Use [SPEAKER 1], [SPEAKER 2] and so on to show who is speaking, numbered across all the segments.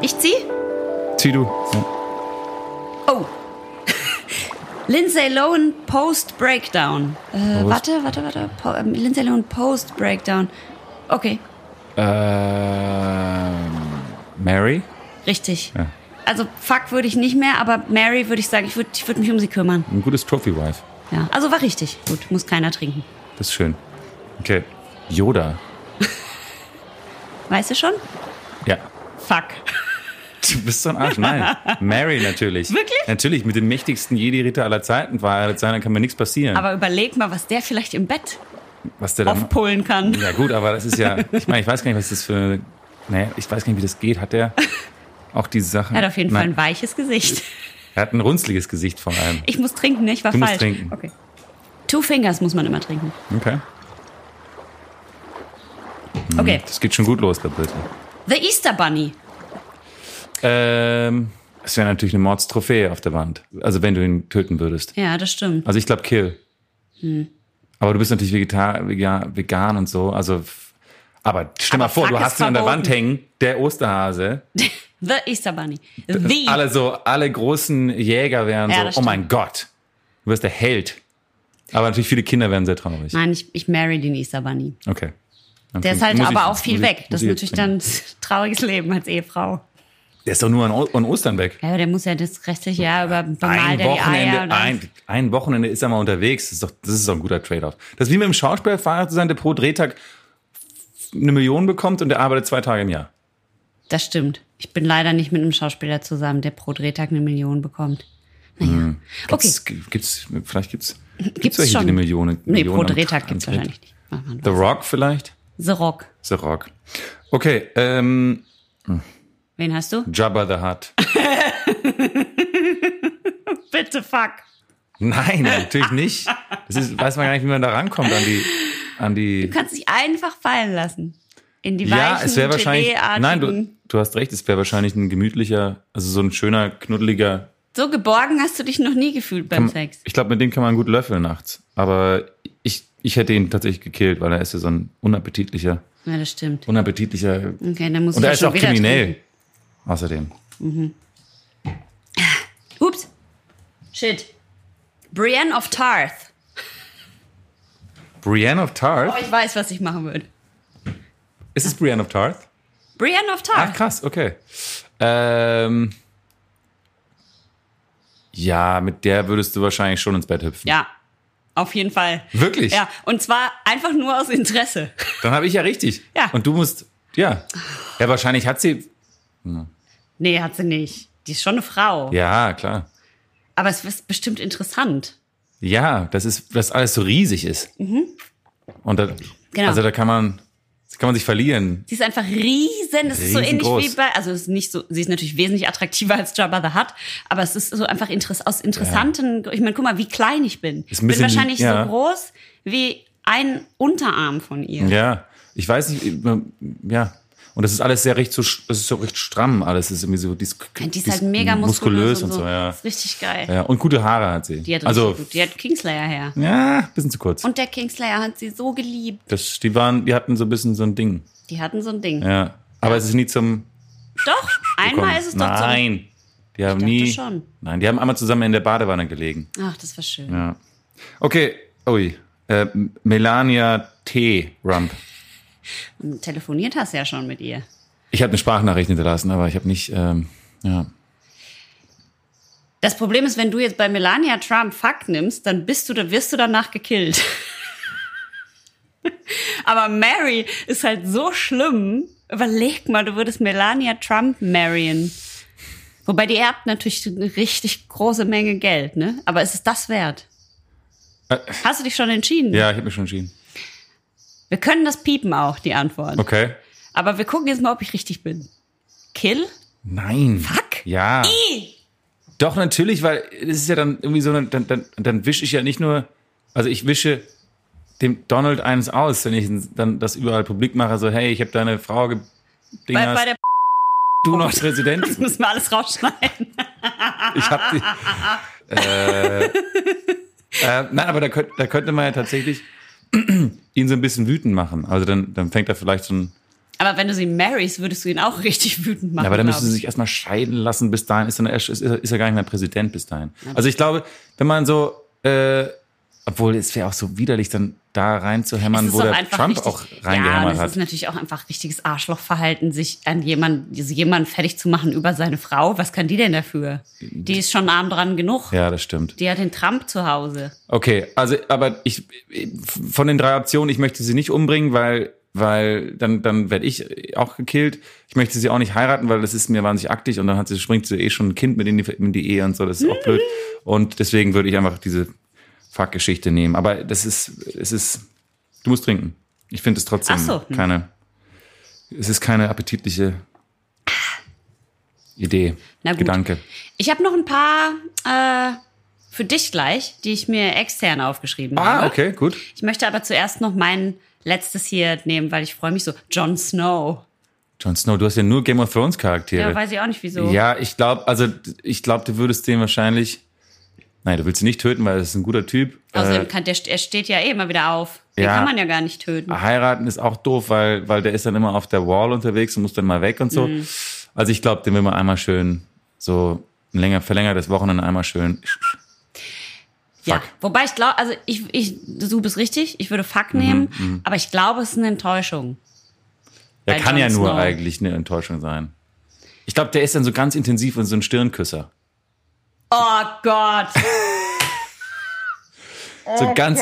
[SPEAKER 1] Ich zieh?
[SPEAKER 2] Zieh du. Ja.
[SPEAKER 1] Oh. Lindsay Lohan Post Breakdown. Äh,
[SPEAKER 2] Post-
[SPEAKER 1] warte, warte, warte. Po ähm, Lindsay Lohan Post Breakdown. Okay,
[SPEAKER 2] Ähm, Äh, Mary?
[SPEAKER 1] richtig.
[SPEAKER 2] Ja.
[SPEAKER 1] Also fuck würde ich nicht mehr, aber Mary würde ich sagen, ich würde ich würd mich um sie kümmern.
[SPEAKER 2] Ein gutes Trophy-Wife.
[SPEAKER 1] Ja. Also war richtig. Gut, muss keiner trinken.
[SPEAKER 2] Das ist schön. Okay. Yoda.
[SPEAKER 1] Weißt du schon?
[SPEAKER 2] Ja.
[SPEAKER 1] Fuck.
[SPEAKER 2] Du bist so ein Arsch. Nein. Mary natürlich.
[SPEAKER 1] Wirklich?
[SPEAKER 2] Natürlich. Mit dem mächtigsten Jedi-Ritter aller Zeiten verheiratet sein, dann kann mir nichts passieren.
[SPEAKER 1] Aber überleg mal, was der vielleicht im Bett
[SPEAKER 2] Was der dann.
[SPEAKER 1] aufpullen kann.
[SPEAKER 2] Ja, gut, aber das ist ja. Ich meine, ich weiß gar nicht, was das für. Nee, ich weiß gar nicht, wie das geht. Hat der auch diese Sache?
[SPEAKER 1] Er hat auf jeden Fall
[SPEAKER 2] Nein,
[SPEAKER 1] ein weiches Gesicht.
[SPEAKER 2] Er hat ein runzliges Gesicht vor allem.
[SPEAKER 1] Ich muss trinken, ne? Ich war
[SPEAKER 2] Du musst
[SPEAKER 1] falsch.
[SPEAKER 2] trinken.
[SPEAKER 1] Okay. Two Fingers muss man immer trinken.
[SPEAKER 2] Okay. Mhm.
[SPEAKER 1] Okay.
[SPEAKER 2] Das geht schon gut los, der Brite.
[SPEAKER 1] The Easter Bunny.
[SPEAKER 2] Ähm, es wäre natürlich eine Mordstrophäe auf der Wand. Also wenn du ihn töten würdest.
[SPEAKER 1] Ja, das stimmt.
[SPEAKER 2] Also ich glaube Kill.
[SPEAKER 1] Hm.
[SPEAKER 2] Aber du bist natürlich Vegetar vegan, vegan und so. Also, f- aber stell
[SPEAKER 1] Aber
[SPEAKER 2] mal vor,
[SPEAKER 1] fuck,
[SPEAKER 2] du
[SPEAKER 1] ist
[SPEAKER 2] hast ihn an der
[SPEAKER 1] verboten.
[SPEAKER 2] Wand hängen, der Osterhase.
[SPEAKER 1] The Easter Bunny. The.
[SPEAKER 2] Alle so, alle großen Jäger wären
[SPEAKER 1] Ja,
[SPEAKER 2] so,
[SPEAKER 1] das
[SPEAKER 2] oh
[SPEAKER 1] stimmt.
[SPEAKER 2] mein Gott, du wirst der Held. Aber natürlich viele Kinder wären sehr traurig.
[SPEAKER 1] Nein, ich, ich marry den Easter Bunny.
[SPEAKER 2] Okay. Dann
[SPEAKER 1] Der ist
[SPEAKER 2] muss
[SPEAKER 1] halt
[SPEAKER 2] ich-
[SPEAKER 1] aber auch viel
[SPEAKER 2] muss ich-
[SPEAKER 1] weg. Das
[SPEAKER 2] muss
[SPEAKER 1] ist
[SPEAKER 2] ich
[SPEAKER 1] natürlich
[SPEAKER 2] jetzt
[SPEAKER 1] dann
[SPEAKER 2] trinken.
[SPEAKER 1] ein trauriges Leben als Ehefrau.
[SPEAKER 2] Der ist doch nur an, O- an Ostern weg.
[SPEAKER 1] Ja, aber der muss ja das restliche Jahr über bemalt
[SPEAKER 2] ein
[SPEAKER 1] er die
[SPEAKER 2] Wochenende,
[SPEAKER 1] Eier. und alles.
[SPEAKER 2] ein, ein Wochenende ist er mal unterwegs. Das ist doch, das ist doch ein guter Trade-off. Das ist wie mit einem Schauspieler verheiratet zu sein, der pro Drehtag eine Million bekommt und der arbeitet zwei Tage im Jahr.
[SPEAKER 1] Das stimmt. Ich bin leider nicht mit einem Schauspieler zusammen, der pro Drehtag eine Million bekommt. Naja. Okay.
[SPEAKER 2] Hm. Gibt's, gibt's, vielleicht gibt's,
[SPEAKER 1] Gibt's
[SPEAKER 2] gibt's welche,
[SPEAKER 1] schon.
[SPEAKER 2] die eine Million,
[SPEAKER 1] Nee,
[SPEAKER 2] Million
[SPEAKER 1] pro
[SPEAKER 2] am-
[SPEAKER 1] Drehtag
[SPEAKER 2] am
[SPEAKER 1] gibt's
[SPEAKER 2] Drehtag-
[SPEAKER 1] wahrscheinlich nicht. Mach mal.
[SPEAKER 2] The Rock vielleicht?
[SPEAKER 1] The Rock.
[SPEAKER 2] The Rock. Okay, ähm,
[SPEAKER 1] Wen hast du?
[SPEAKER 2] Jabba the Hutt.
[SPEAKER 1] Bitte fuck.
[SPEAKER 2] Nein, natürlich nicht. Das ist, weiß man gar nicht, wie man da rankommt an die, an die.
[SPEAKER 1] Du kannst dich einfach fallen lassen. In die
[SPEAKER 2] Ja,
[SPEAKER 1] weichen,
[SPEAKER 2] es wäre wahrscheinlich.
[SPEAKER 1] Gelee-artigen-
[SPEAKER 2] Nein, du, du hast recht, es wäre wahrscheinlich ein gemütlicher, also so ein schöner, knuddeliger
[SPEAKER 1] So geborgen hast du dich noch nie gefühlt beim Sex.
[SPEAKER 2] Ich glaube, mit dem kann man gut löffeln nachts. Aber ich, ich hätte ihn tatsächlich gekillt, weil er ist ja so ein unappetitlicher,
[SPEAKER 1] Ja, das stimmt.
[SPEAKER 2] unappetitlicher.
[SPEAKER 1] Okay, dann muss
[SPEAKER 2] Und
[SPEAKER 1] ich
[SPEAKER 2] er
[SPEAKER 1] ja
[SPEAKER 2] ist
[SPEAKER 1] schon
[SPEAKER 2] auch
[SPEAKER 1] wieder
[SPEAKER 2] kriminell. Außerdem.
[SPEAKER 1] trinken. Ups. Shit. Brienne of Tarth.
[SPEAKER 2] Brienne of
[SPEAKER 1] Oh,
[SPEAKER 2] Tarth?
[SPEAKER 1] ich weiß, was ich machen würde.
[SPEAKER 2] Ist es Brienne of Tarth?
[SPEAKER 1] Brienne of
[SPEAKER 2] Ach
[SPEAKER 1] Tarth.
[SPEAKER 2] krass, okay. Ähm, ja, mit der würdest du wahrscheinlich schon ins Bett hüpfen.
[SPEAKER 1] Ja, auf jeden Fall.
[SPEAKER 2] Wirklich?
[SPEAKER 1] Ja, und zwar einfach nur aus Interesse.
[SPEAKER 2] Dann habe ich ja richtig.
[SPEAKER 1] Ja.
[SPEAKER 2] Und du musst, ja. Ja, wahrscheinlich hat sie,
[SPEAKER 1] Nee, hat sie nicht. Die ist schon eine Frau.
[SPEAKER 2] ja, klar.
[SPEAKER 1] Aber es ist bestimmt interessant.
[SPEAKER 2] Ja, das ist, dass alles so riesig ist. Und da,
[SPEAKER 1] Mhm. Genau.
[SPEAKER 2] also da kann man, das kann man sich verlieren.
[SPEAKER 1] Sie ist einfach riesen. Das ist so ähnlich
[SPEAKER 2] Riesengroß.
[SPEAKER 1] wie bei, also es ist nicht so, sie ist natürlich wesentlich attraktiver als Jabba the Hutt, aber es ist so einfach interess aus interessanten, ich meine, guck mal, wie klein ich bin. Ich
[SPEAKER 2] Ist
[SPEAKER 1] bin
[SPEAKER 2] ein bisschen-
[SPEAKER 1] wahrscheinlich
[SPEAKER 2] ja.
[SPEAKER 1] so groß wie ein Unterarm von ihr.
[SPEAKER 2] Ja, ich weiß nicht, ja. Und das ist alles sehr recht so, das ist so recht stramm alles. Das ist irgendwie so, die ist,
[SPEAKER 1] Die ist
[SPEAKER 2] die
[SPEAKER 1] halt mega muskulös und so.
[SPEAKER 2] ja.
[SPEAKER 1] Ist richtig geil.
[SPEAKER 2] ja. Und gute Haare hat sie.
[SPEAKER 1] Die hat
[SPEAKER 2] also,
[SPEAKER 1] richtig gut. Die hat Kingslayer her.
[SPEAKER 2] ja, ein bisschen zu kurz.
[SPEAKER 1] Und der Kingslayer hat sie so geliebt.
[SPEAKER 2] Das, die waren, die hatten so ein bisschen so ein Ding.
[SPEAKER 1] Die hatten so ein Ding.
[SPEAKER 2] Ja. Aber es ist nie zum,
[SPEAKER 1] Doch, einmal ist es doch so.
[SPEAKER 2] Nein. Die haben
[SPEAKER 1] dachte
[SPEAKER 2] nie,
[SPEAKER 1] schon.
[SPEAKER 2] nein, die haben einmal zusammen in der Badewanne gelegen.
[SPEAKER 1] Ach, das war schön.
[SPEAKER 2] Ja. Okay, ui. Äh, Melania T. Rump.
[SPEAKER 1] Und Telefoniert hast du ja schon mit ihr.
[SPEAKER 2] Ich habe eine Sprachnachricht hinterlassen, aber ich habe nicht. Ähm, ja.
[SPEAKER 1] Das Problem ist, wenn du jetzt bei Melania Trump Fuck nimmst, dann bist du, dann wirst du danach gekillt. Aber Mary ist halt so schlimm. Überleg mal, du würdest Melania Trump marryen. Wobei die erbt natürlich eine richtig große Menge Geld, ne? Aber ist es das wert?
[SPEAKER 2] Äh.
[SPEAKER 1] Hast du dich schon entschieden?
[SPEAKER 2] ja, ich habe mich schon entschieden.
[SPEAKER 1] Wir können das piepen auch, die Antwort.
[SPEAKER 2] Okay.
[SPEAKER 1] Aber wir gucken jetzt mal, ob ich richtig bin. Kill?
[SPEAKER 2] Nein.
[SPEAKER 1] Fuck?
[SPEAKER 2] Ja. Doch, natürlich, weil es ist ja dann irgendwie so, eine- dann, dann, dann wische ich ja nicht nur, also ich wische dem Donald eins aus, wenn ich dann das überall publik mache, so, hey, ich habe deine Frau ge
[SPEAKER 1] Bei,
[SPEAKER 2] Dingers,
[SPEAKER 1] bei der
[SPEAKER 2] du noch Präsident.
[SPEAKER 1] das müssen wir alles rausschneiden.
[SPEAKER 2] Ich hab die. äh, äh, nein, aber da, könnt, da könnte man ja tatsächlich ihn so ein bisschen wütend machen. Also dann, dann fängt er vielleicht so ein.
[SPEAKER 1] Aber wenn du sie marries, würdest du ihn auch richtig wütend machen.
[SPEAKER 2] Ja, aber dann
[SPEAKER 1] glaub
[SPEAKER 2] müssen sie
[SPEAKER 1] ich.
[SPEAKER 2] sich erstmal scheiden lassen. Bis dahin ist, dann, erst- ist, er- ist er gar nicht mehr Präsident bis dahin. Also ich glaube, wenn man so, äh, obwohl es wäre auch so widerlich, dann da
[SPEAKER 1] Es
[SPEAKER 2] reinzuhämmern,
[SPEAKER 1] ist
[SPEAKER 2] wo
[SPEAKER 1] doch
[SPEAKER 2] der
[SPEAKER 1] einfach
[SPEAKER 2] Trump
[SPEAKER 1] richtig-
[SPEAKER 2] auch
[SPEAKER 1] ja,
[SPEAKER 2] reingehämmert
[SPEAKER 1] das
[SPEAKER 2] hat.
[SPEAKER 1] ist natürlich auch einfach richtiges Arschlochverhalten, sich an jemanden, jemanden fertig zu machen über seine Frau. Was kann die denn dafür? Die ist schon arm dran genug.
[SPEAKER 2] Ja, das stimmt.
[SPEAKER 1] Die hat den Trump zu Hause.
[SPEAKER 2] Okay, also aber ich von den drei Optionen, ich möchte sie nicht umbringen, weil weil dann dann werde ich auch gekillt. Ich möchte sie auch nicht heiraten, weil das ist mir wahnsinnig aktig und dann hat sie springt sie eh schon ein Kind mit in die, in die Ehe und so, das ist auch blöd. Und deswegen würde ich einfach diese Fuck-Geschichte nehmen. Aber das ist es ist du musst trinken. Ich finde es trotzdem
[SPEAKER 1] Ach so, hm.
[SPEAKER 2] keine es ist keine appetitliche Idee,
[SPEAKER 1] Na gut.
[SPEAKER 2] Gedanke.
[SPEAKER 1] Ich habe noch ein paar äh, für dich gleich, die ich mir extern aufgeschrieben habe.
[SPEAKER 2] Ah, okay, gut.
[SPEAKER 1] Ich möchte aber zuerst noch mein letztes hier nehmen, weil ich freue mich so. Jon Snow.
[SPEAKER 2] Jon Snow, du hast ja nur Game of Thrones Charaktere.
[SPEAKER 1] Ja, weiß ich auch nicht wieso.
[SPEAKER 2] Ja, ich glaube, also ich glaube, du würdest den wahrscheinlich. Nein, du willst ihn nicht töten, weil das ist ein guter Typ.
[SPEAKER 1] Außerdem
[SPEAKER 2] Äh,
[SPEAKER 1] kann der, Also, er steht ja eh immer wieder auf. Den
[SPEAKER 2] Ja.
[SPEAKER 1] kann man ja gar nicht töten.
[SPEAKER 2] heiraten ist auch doof, weil, weil der ist dann immer auf der Wall unterwegs und muss dann mal weg und so.
[SPEAKER 1] Mhm.
[SPEAKER 2] Also ich glaube, den will man einmal schön so ein länger verlängertes Wochenende einmal schön.
[SPEAKER 1] Ja,
[SPEAKER 2] Fuck.
[SPEAKER 1] wobei ich glaube, also ich, ich, du bist richtig, ich würde
[SPEAKER 2] Mhm,
[SPEAKER 1] Fuck nehmen, aber ich glaube, es ist eine Enttäuschung.
[SPEAKER 2] Der
[SPEAKER 1] Bei
[SPEAKER 2] kann
[SPEAKER 1] Jon
[SPEAKER 2] ja nur
[SPEAKER 1] Snow.
[SPEAKER 2] eigentlich eine Enttäuschung sein. Ich glaube, der ist dann so ganz intensiv und so ein Stirnküsser.
[SPEAKER 1] Oh Gott. Äh,
[SPEAKER 2] So ganz,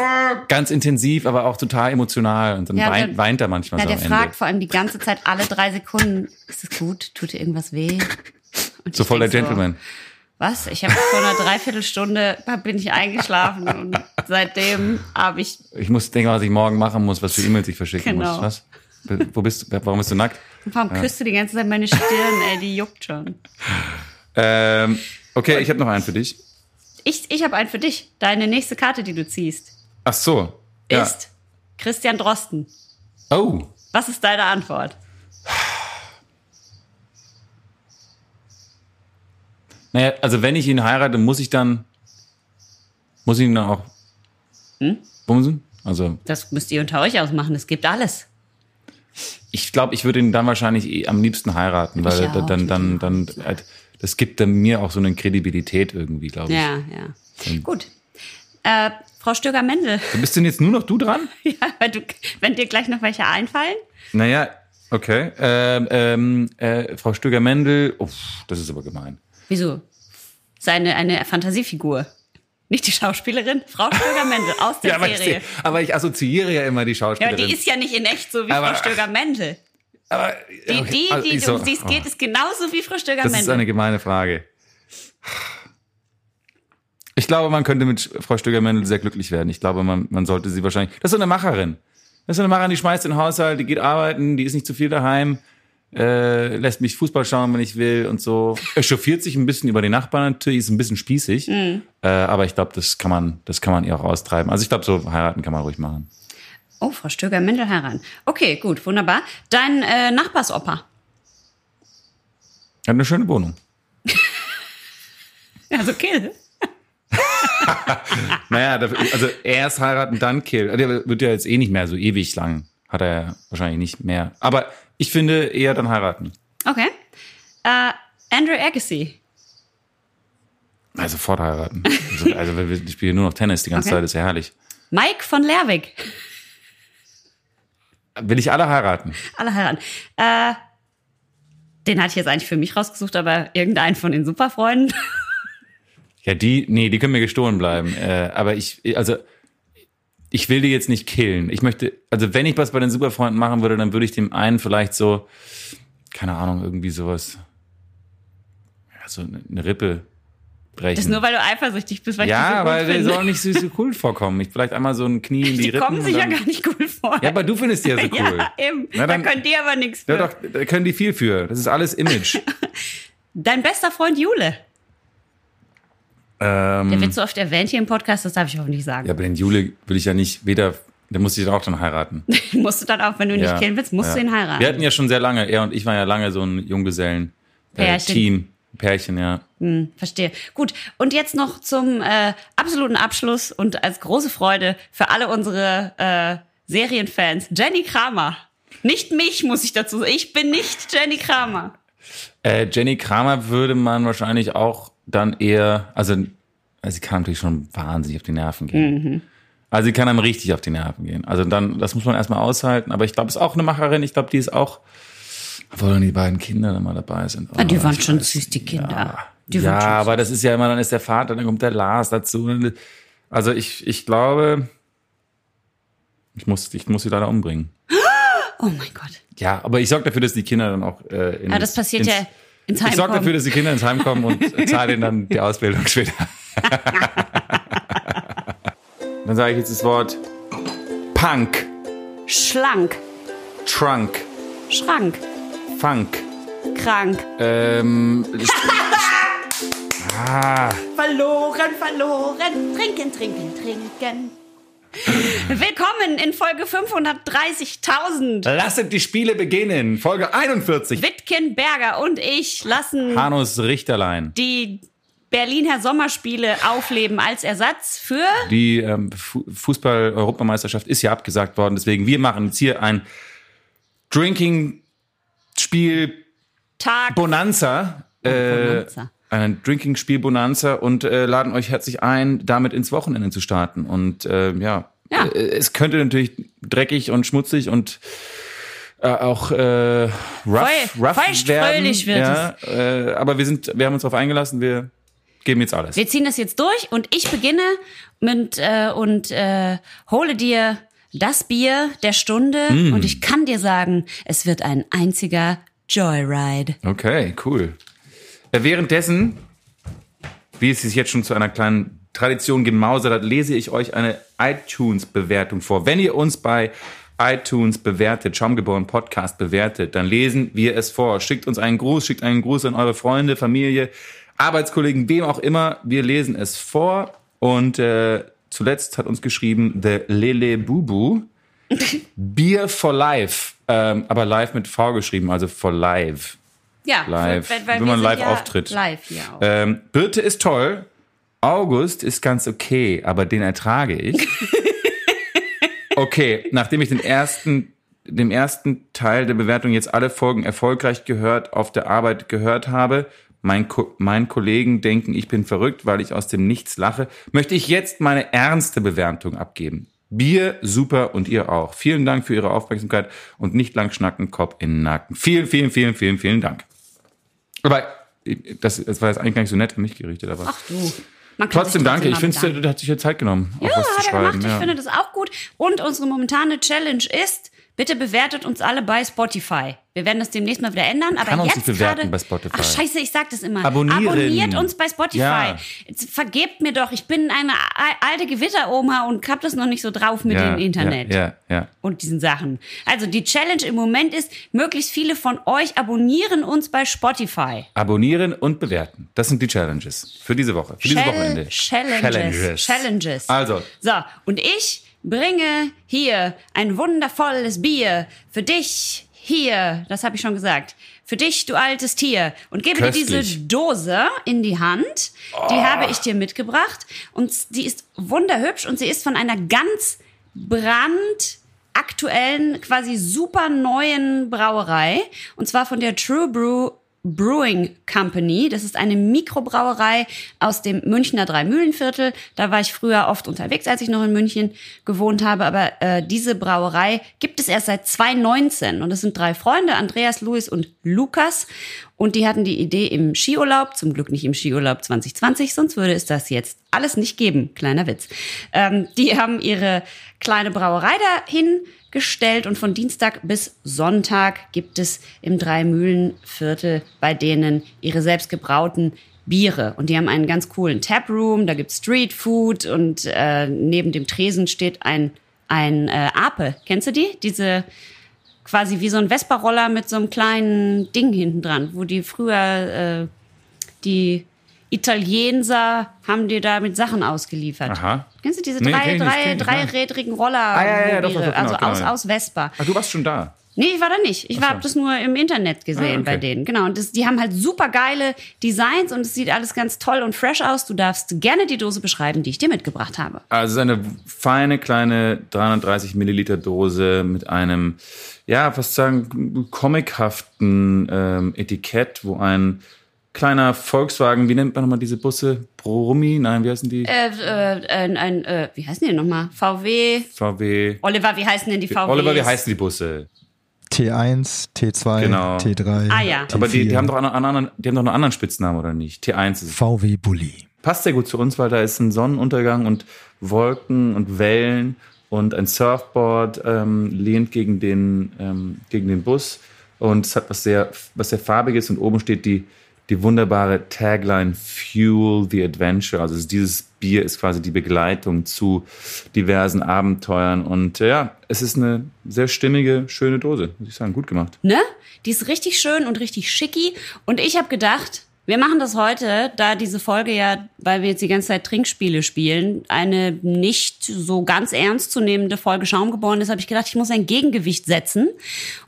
[SPEAKER 2] ganz intensiv, aber auch total emotional. Und dann
[SPEAKER 1] Ja,
[SPEAKER 2] weint,
[SPEAKER 1] der-
[SPEAKER 2] weint er manchmal
[SPEAKER 1] Na,
[SPEAKER 2] so
[SPEAKER 1] der
[SPEAKER 2] am
[SPEAKER 1] fragt
[SPEAKER 2] Ende.
[SPEAKER 1] vor allem die ganze Zeit alle drei Sekunden, ist es gut? Tut dir irgendwas weh? Und
[SPEAKER 2] So
[SPEAKER 1] ich
[SPEAKER 2] voll der
[SPEAKER 1] denk
[SPEAKER 2] Gentleman.
[SPEAKER 1] was? Ich habe vor einer Dreiviertelstunde bin ich eingeschlafen und seitdem habe ich
[SPEAKER 2] Ich muss denken, was ich morgen machen muss, was für E-Mails ich verschicken
[SPEAKER 1] Genau.
[SPEAKER 2] muss. Was? Be- Wo bist du? Warum bist du nackt?
[SPEAKER 1] Warum küsst du die ganze Zeit meine Stirn, ey, die juckt schon.
[SPEAKER 2] Ähm, okay, ich habe noch einen für dich.
[SPEAKER 1] Ich, ich habe einen für dich. Deine nächste Karte, die du ziehst,
[SPEAKER 2] Ach so. Ja.
[SPEAKER 1] ist Christian Drosten.
[SPEAKER 2] Oh.
[SPEAKER 1] Was ist deine Antwort?
[SPEAKER 2] Naja, also wenn ich ihn heirate, muss ich dann. Muss ich ihn dann auch.
[SPEAKER 1] Hm?
[SPEAKER 2] Bumsen? Also,
[SPEAKER 1] Das müsst ihr unter euch ausmachen. Es gibt alles.
[SPEAKER 2] ich glaube, ich würde ihn dann wahrscheinlich eh am liebsten heiraten, weil
[SPEAKER 1] auch,
[SPEAKER 2] dann,
[SPEAKER 1] ich
[SPEAKER 2] dann,
[SPEAKER 1] würd ihn
[SPEAKER 2] dann, dann, halt, das gibt dann mir auch so eine Kredibilität irgendwie, glaube ich.
[SPEAKER 1] Ja, ja. Gut. Äh, Frau Stöger-Mendel,
[SPEAKER 2] Bist denn jetzt nur noch du dran?
[SPEAKER 1] ja, weil du, wenn dir gleich noch welche einfallen,
[SPEAKER 2] Naja, okay. Ähm, ähm, äh, Frau Stöger-Mendel, uff, das ist aber gemein.
[SPEAKER 1] wieso? Seine eine Fantasiefigur. Nicht die Schauspielerin, Frau Stöger-Mendel aus der
[SPEAKER 2] Ja, aber ich,
[SPEAKER 1] Serie.
[SPEAKER 2] seh- aber ich assoziiere ja immer die
[SPEAKER 1] Ja,
[SPEAKER 2] Schauspielerin.
[SPEAKER 1] aber die ist ja nicht in echt so wie
[SPEAKER 2] Aber-
[SPEAKER 1] Frau Stöger-Mendel.
[SPEAKER 2] aber,
[SPEAKER 1] Die,
[SPEAKER 2] okay,
[SPEAKER 1] die,
[SPEAKER 2] also
[SPEAKER 1] die
[SPEAKER 2] ich so-
[SPEAKER 1] um die es geht,
[SPEAKER 2] oh,
[SPEAKER 1] ist genauso wie Frau
[SPEAKER 2] Das ist eine
[SPEAKER 1] Stöger-Mendel.
[SPEAKER 2] gemeine Frage. Ich glaube, man könnte mit Frau Stöger-Mendel sehr glücklich werden. Ich glaube, man, man sollte sie wahrscheinlich. Das ist so eine Macherin. Das ist so eine Macherin, die schmeißt den Haushalt, die geht arbeiten, die ist nicht zu viel daheim, äh, lässt mich Fußball schauen, wenn ich will und so. Echauffiert sich ein bisschen über die Nachbarn natürlich, ist ein bisschen spießig.
[SPEAKER 1] Mhm.
[SPEAKER 2] Äh, aber ich glaube, das kann man, das kann man ihr auch austreiben. Also ich glaube, so heiraten kann man ruhig machen.
[SPEAKER 1] Oh, Frau Stöger-Mendel heran. Okay, gut, wunderbar. Dein äh, Nachbarsopa.
[SPEAKER 2] Hat eine schöne Wohnung.
[SPEAKER 1] Also Kill.
[SPEAKER 2] Naja, dafür- also erst heiraten, dann kill. Der wird ja jetzt eh nicht mehr so ewig lang. Hat er ja wahrscheinlich nicht mehr. Aber ich finde eher dann heiraten.
[SPEAKER 1] Okay. Äh, Andrew Agassi.
[SPEAKER 2] Na, sofort heiraten. Also, also wir- wir spielen nur noch Tennis die ganze
[SPEAKER 1] Okay.
[SPEAKER 2] Zeit, ist ja herrlich.
[SPEAKER 1] Mike von Lerwick.
[SPEAKER 2] Will ich alle heiraten?
[SPEAKER 1] Alle heiraten. Äh, den hatte ich jetzt eigentlich für mich rausgesucht, aber irgendeinen von den Superfreunden.
[SPEAKER 2] Ja, die, nee, die können mir gestohlen bleiben. Äh, aber ich, also, ich will die jetzt nicht killen. Ich möchte, also wenn ich was bei den Superfreunden machen würde, dann würde ich dem einen vielleicht so, keine Ahnung, irgendwie sowas, ja, so eine, eine Rippe brechen.
[SPEAKER 1] Das ist nur, weil du eifersüchtig bist, weil ich die so
[SPEAKER 2] Ja,
[SPEAKER 1] gut
[SPEAKER 2] weil die
[SPEAKER 1] finde.
[SPEAKER 2] sollen nicht so, so cool vorkommen. Ich vielleicht einmal so ein Knie in die,
[SPEAKER 1] die
[SPEAKER 2] Rippen.
[SPEAKER 1] kommen
[SPEAKER 2] und
[SPEAKER 1] sich ja
[SPEAKER 2] dann-
[SPEAKER 1] gar nicht cool vor.
[SPEAKER 2] ja, aber du findest die ja so cool.
[SPEAKER 1] Ja, eben.
[SPEAKER 2] Na, dann-
[SPEAKER 1] da können die aber nichts für.
[SPEAKER 2] Ja, doch, da können die viel für. Das ist alles Image.
[SPEAKER 1] Dein bester Freund Jule.
[SPEAKER 2] ähm,
[SPEAKER 1] Der wird so oft erwähnt hier im Podcast, das darf ich hoffentlich sagen.
[SPEAKER 2] ja, aber den Jule will ich ja nicht weder, der muss ich dann auch dann heiraten.
[SPEAKER 1] musst du dann auch, wenn du ihn
[SPEAKER 2] ja,
[SPEAKER 1] nicht killen willst, musst du
[SPEAKER 2] ja.
[SPEAKER 1] ihn
[SPEAKER 2] Wir
[SPEAKER 1] heiraten.
[SPEAKER 2] hatten ja schon sehr lange, er und ich waren ja lange so ein Junggesellen-Team. Äh,
[SPEAKER 1] Pärchen.
[SPEAKER 2] Team. Pärchen, ja.
[SPEAKER 1] Verstehe. Gut, und jetzt noch zum äh, absoluten Abschluss und als große Freude für alle unsere äh, Serienfans. Jenny Kramer. Nicht mich, muss ich dazu sagen. Ich bin nicht Jenny Kramer.
[SPEAKER 2] Äh, Jenny Kramer würde man wahrscheinlich auch dann eher, also, also sie kann natürlich schon wahnsinnig auf die Nerven gehen.
[SPEAKER 1] Mhm.
[SPEAKER 2] Also sie kann einem richtig auf die Nerven gehen. Also dann, das muss man erstmal aushalten. Aber ich glaube, ist auch eine Macherin. Ich glaube, die ist auch, obwohl dann die beiden Kinder dann mal dabei sind.
[SPEAKER 1] Ah, die
[SPEAKER 2] Oh,
[SPEAKER 1] waren
[SPEAKER 2] ich
[SPEAKER 1] schon
[SPEAKER 2] weiß
[SPEAKER 1] süß, die Kinder. Die
[SPEAKER 2] ja,
[SPEAKER 1] waren schon
[SPEAKER 2] aber das ist ja immer, dann ist der Vater, dann kommt der Lars dazu. Und- Also ich, ich glaube, ich muss, ich muss sie leider umbringen.
[SPEAKER 1] Oh mein Gott.
[SPEAKER 2] Ja, aber ich sorge dafür, dass die Kinder dann auch äh, in
[SPEAKER 1] Ja, Ah, das passiert
[SPEAKER 2] ins,
[SPEAKER 1] ja ins
[SPEAKER 2] Ich sorge dafür,
[SPEAKER 1] Heimkommen.
[SPEAKER 2] dass die Kinder ins Heim kommen und zahle ihnen dann die Ausbildung später. dann sage ich jetzt das Wort Punk,
[SPEAKER 1] Schlank,
[SPEAKER 2] Trunk,
[SPEAKER 1] Schrank,
[SPEAKER 2] Funk.
[SPEAKER 1] krank.
[SPEAKER 2] Ähm, ah,
[SPEAKER 1] Verloren, verloren. Trinken, trinken, trinken. Willkommen in Folge Äh. 530.000.
[SPEAKER 2] lasset die Spiele beginnen. Folge 41.
[SPEAKER 1] Wittgen Berger und ich lassen
[SPEAKER 2] Hanus Richterlein.
[SPEAKER 1] die Berliner Sommerspiele aufleben als Ersatz für
[SPEAKER 2] Die ähm, Fu- Fußball-Europameisterschaft ist ja abgesagt worden. Deswegen, wir machen jetzt hier ein Drinking-Spiel
[SPEAKER 1] Tag.
[SPEAKER 2] Bonanza. Äh,
[SPEAKER 1] Bonanza.
[SPEAKER 2] ein Drinking-Spiel Bonanza und äh, laden euch herzlich ein, damit ins Wochenende zu starten. Und äh, ja,
[SPEAKER 1] Ja.
[SPEAKER 2] Äh, es könnte natürlich dreckig und schmutzig und äh, auch äh, rough,
[SPEAKER 1] Feu-
[SPEAKER 2] rough
[SPEAKER 1] feucht
[SPEAKER 2] werden.
[SPEAKER 1] fröhlich wird
[SPEAKER 2] ja, äh, aber wir sind, wir haben uns darauf eingelassen, wir geben jetzt alles.
[SPEAKER 1] Wir ziehen das jetzt durch und ich beginne mit äh, und äh, hole dir das Bier der Stunde
[SPEAKER 2] Mm.
[SPEAKER 1] und ich kann dir sagen, es wird ein einziger Joyride.
[SPEAKER 2] Okay, cool. Äh, Währenddessen, wie es sich jetzt schon zu einer kleinen Tradition gemausert hat, lese ich euch eine iTunes-Bewertung vor. Wenn ihr uns bei iTunes bewertet, Schaumgeboren Podcast bewertet, dann lesen wir es vor. Schickt uns einen Gruß, schickt einen Gruß an eure Freunde, Familie, Arbeitskollegen, wem auch immer. Wir lesen es vor. Und äh, zuletzt hat uns geschrieben The Lele Bubu. Beer for Life, ähm, aber live mit V geschrieben, also for live.
[SPEAKER 1] Ja,
[SPEAKER 2] Live.
[SPEAKER 1] weil- weil
[SPEAKER 2] Wenn
[SPEAKER 1] wir
[SPEAKER 2] man
[SPEAKER 1] sind
[SPEAKER 2] live
[SPEAKER 1] ja
[SPEAKER 2] auftritt.
[SPEAKER 1] Live, ja. Auch.
[SPEAKER 2] Ähm, Birte ist toll. August ist ganz okay, aber den ertrage ich. Okay, nachdem ich den ersten, dem ersten Teil der Bewertung jetzt alle Folgen erfolgreich gehört, auf der Arbeit gehört habe, mein, Ko mein Kollegen denken, ich bin verrückt, weil ich aus dem Nichts lache, möchte ich jetzt meine ernste Bewertung abgeben. Bier, super und ihr auch. Vielen Dank für Ihre Aufmerksamkeit und nicht lang schnacken, Kopf in den Nacken. Vielen, vielen, vielen, vielen, vielen Dank. Aber äh, das, das war jetzt eigentlich gar nicht so nett an mich gerichtet, aber
[SPEAKER 1] Ach du. Man kann
[SPEAKER 2] trotzdem
[SPEAKER 1] sich
[SPEAKER 2] danke. Ich
[SPEAKER 1] mal
[SPEAKER 2] finde,
[SPEAKER 1] bedanken.
[SPEAKER 2] du hast sich ja Zeit genommen, auch
[SPEAKER 1] Ja,
[SPEAKER 2] was zu
[SPEAKER 1] hat er
[SPEAKER 2] schreiben.
[SPEAKER 1] gemacht. Ich
[SPEAKER 2] ja.
[SPEAKER 1] finde das auch gut. Und unsere momentane Challenge ist, bitte bewertet uns alle bei Spotify. Wir werden das demnächst mal wieder ändern. Aber
[SPEAKER 2] kann uns
[SPEAKER 1] jetzt
[SPEAKER 2] nicht bewerten
[SPEAKER 1] gerade,
[SPEAKER 2] bei Spotify.
[SPEAKER 1] Ach scheiße, ich sag das immer.
[SPEAKER 2] Abonnieren.
[SPEAKER 1] Abonniert uns bei Spotify.
[SPEAKER 2] Ja.
[SPEAKER 1] Jetzt vergebt mir doch, ich bin eine a- alte Gewitteroma und hab das noch nicht so drauf mit dem Internet.
[SPEAKER 2] Ja, ja, ja.
[SPEAKER 1] Und diesen Sachen. Also die Challenge im Moment ist, möglichst viele von euch abonnieren uns bei Spotify.
[SPEAKER 2] Abonnieren und bewerten. Das sind die Challenges für diese Woche, für dieses
[SPEAKER 1] Chall-
[SPEAKER 2] Wochenende.
[SPEAKER 1] Challenges. Challenges.
[SPEAKER 2] Also,
[SPEAKER 1] So, und ich bringe hier ein wundervolles Bier für dich hier, das habe ich schon gesagt, für dich, du altes Tier. Und gebe dir diese
[SPEAKER 2] Köstlich.
[SPEAKER 1] Dose in die Hand, die habe ich dir mitgebracht und die ist wunderhübsch und sie ist von einer ganz brandaktuellen, quasi super neuen Brauerei und zwar von der True Brew Brewing Company. Das ist eine Mikrobrauerei aus dem Münchner Dreimühlenviertel. Da war ich früher oft unterwegs, als ich noch in München gewohnt habe. Aber äh, diese Brauerei gibt es erst seit 2019. Und es sind drei Freunde, Andreas, Luis und Lukas. Und die hatten die Idee im Skiurlaub, zum Glück nicht im Skiurlaub 2020, sonst würde es das jetzt alles nicht geben. Kleiner Witz. Ähm, die haben ihre kleine Brauerei dahin gestellt und von Dienstag bis Sonntag gibt es im Dreimühlenviertel bei denen ihre selbst gebrauten Biere. Und die haben einen ganz coolen Taproom, da gibt's Street Food und äh, neben dem Tresen steht ein, ein äh, Ape. Kennst du die? Diese quasi wie so ein Vespa-Roller mit so einem kleinen Ding hinten dran, wo die früher äh, die Italienser haben dir da mit Sachen ausgeliefert.
[SPEAKER 2] Aha.
[SPEAKER 1] Kennst du diese
[SPEAKER 2] Nee,
[SPEAKER 1] drei,
[SPEAKER 2] kenn ich nicht,
[SPEAKER 1] drei,
[SPEAKER 2] kenn ich nicht, nein.
[SPEAKER 1] dreirädrigen Roller?
[SPEAKER 2] ja, ja, doch, doch, doch,
[SPEAKER 1] also
[SPEAKER 2] genau,
[SPEAKER 1] aus,
[SPEAKER 2] genau.
[SPEAKER 1] aus Vespa.
[SPEAKER 2] ach, du warst schon da.
[SPEAKER 1] Nee, ich war da nicht. Ich
[SPEAKER 2] Ach so.
[SPEAKER 1] habe das nur im Internet gesehen
[SPEAKER 2] Ah, okay.
[SPEAKER 1] bei denen. Genau. Und das, die haben halt super geile Designs und es sieht alles ganz toll und fresh aus. Du darfst gerne die Dose beschreiben, die ich dir mitgebracht habe.
[SPEAKER 2] Also es ist eine feine kleine 330 Milliliter Dose mit einem, ja, fast sagen, comichaften ähm, Etikett, wo ein kleiner Volkswagen, wie nennt man nochmal diese Busse? Brummi? Nein, wie heißen die?
[SPEAKER 1] Äh, äh, ein, ein, äh, wie heißen die nochmal? VW.
[SPEAKER 2] VW.
[SPEAKER 1] Oliver, wie heißen denn die VW?
[SPEAKER 2] Oliver, wie heißen die Busse?
[SPEAKER 3] T1, T2,
[SPEAKER 2] Genau.
[SPEAKER 3] T3.
[SPEAKER 1] Ah, ja.
[SPEAKER 3] T4.
[SPEAKER 2] Aber die, die, haben doch einen, einen, anderen- die haben doch einen anderen Spitznamen, oder nicht? T1 ist es.
[SPEAKER 3] VW Bulli.
[SPEAKER 2] passt sehr gut zu uns, weil da ist ein Sonnenuntergang und Wolken und Wellen und ein Surfboard ähm, lehnt gegen den, ähm, gegen den Bus und es hat was sehr, was sehr farbiges und oben steht die, die wunderbare Tagline Fuel the Adventure. Also es ist dieses Bier ist quasi die Begleitung zu diversen Abenteuern und äh, ja, es ist eine sehr stimmige, schöne Dose, muss ich sagen, gut gemacht.
[SPEAKER 1] Ne? Die ist richtig schön und richtig schicki. Und ich habe gedacht, wir machen das heute, da diese Folge ja, weil wir jetzt die ganze Zeit Trinkspiele spielen, eine nicht so ganz ernst zu nehmende Folge Schaum geboren ist, habe ich gedacht, ich muss ein Gegengewicht setzen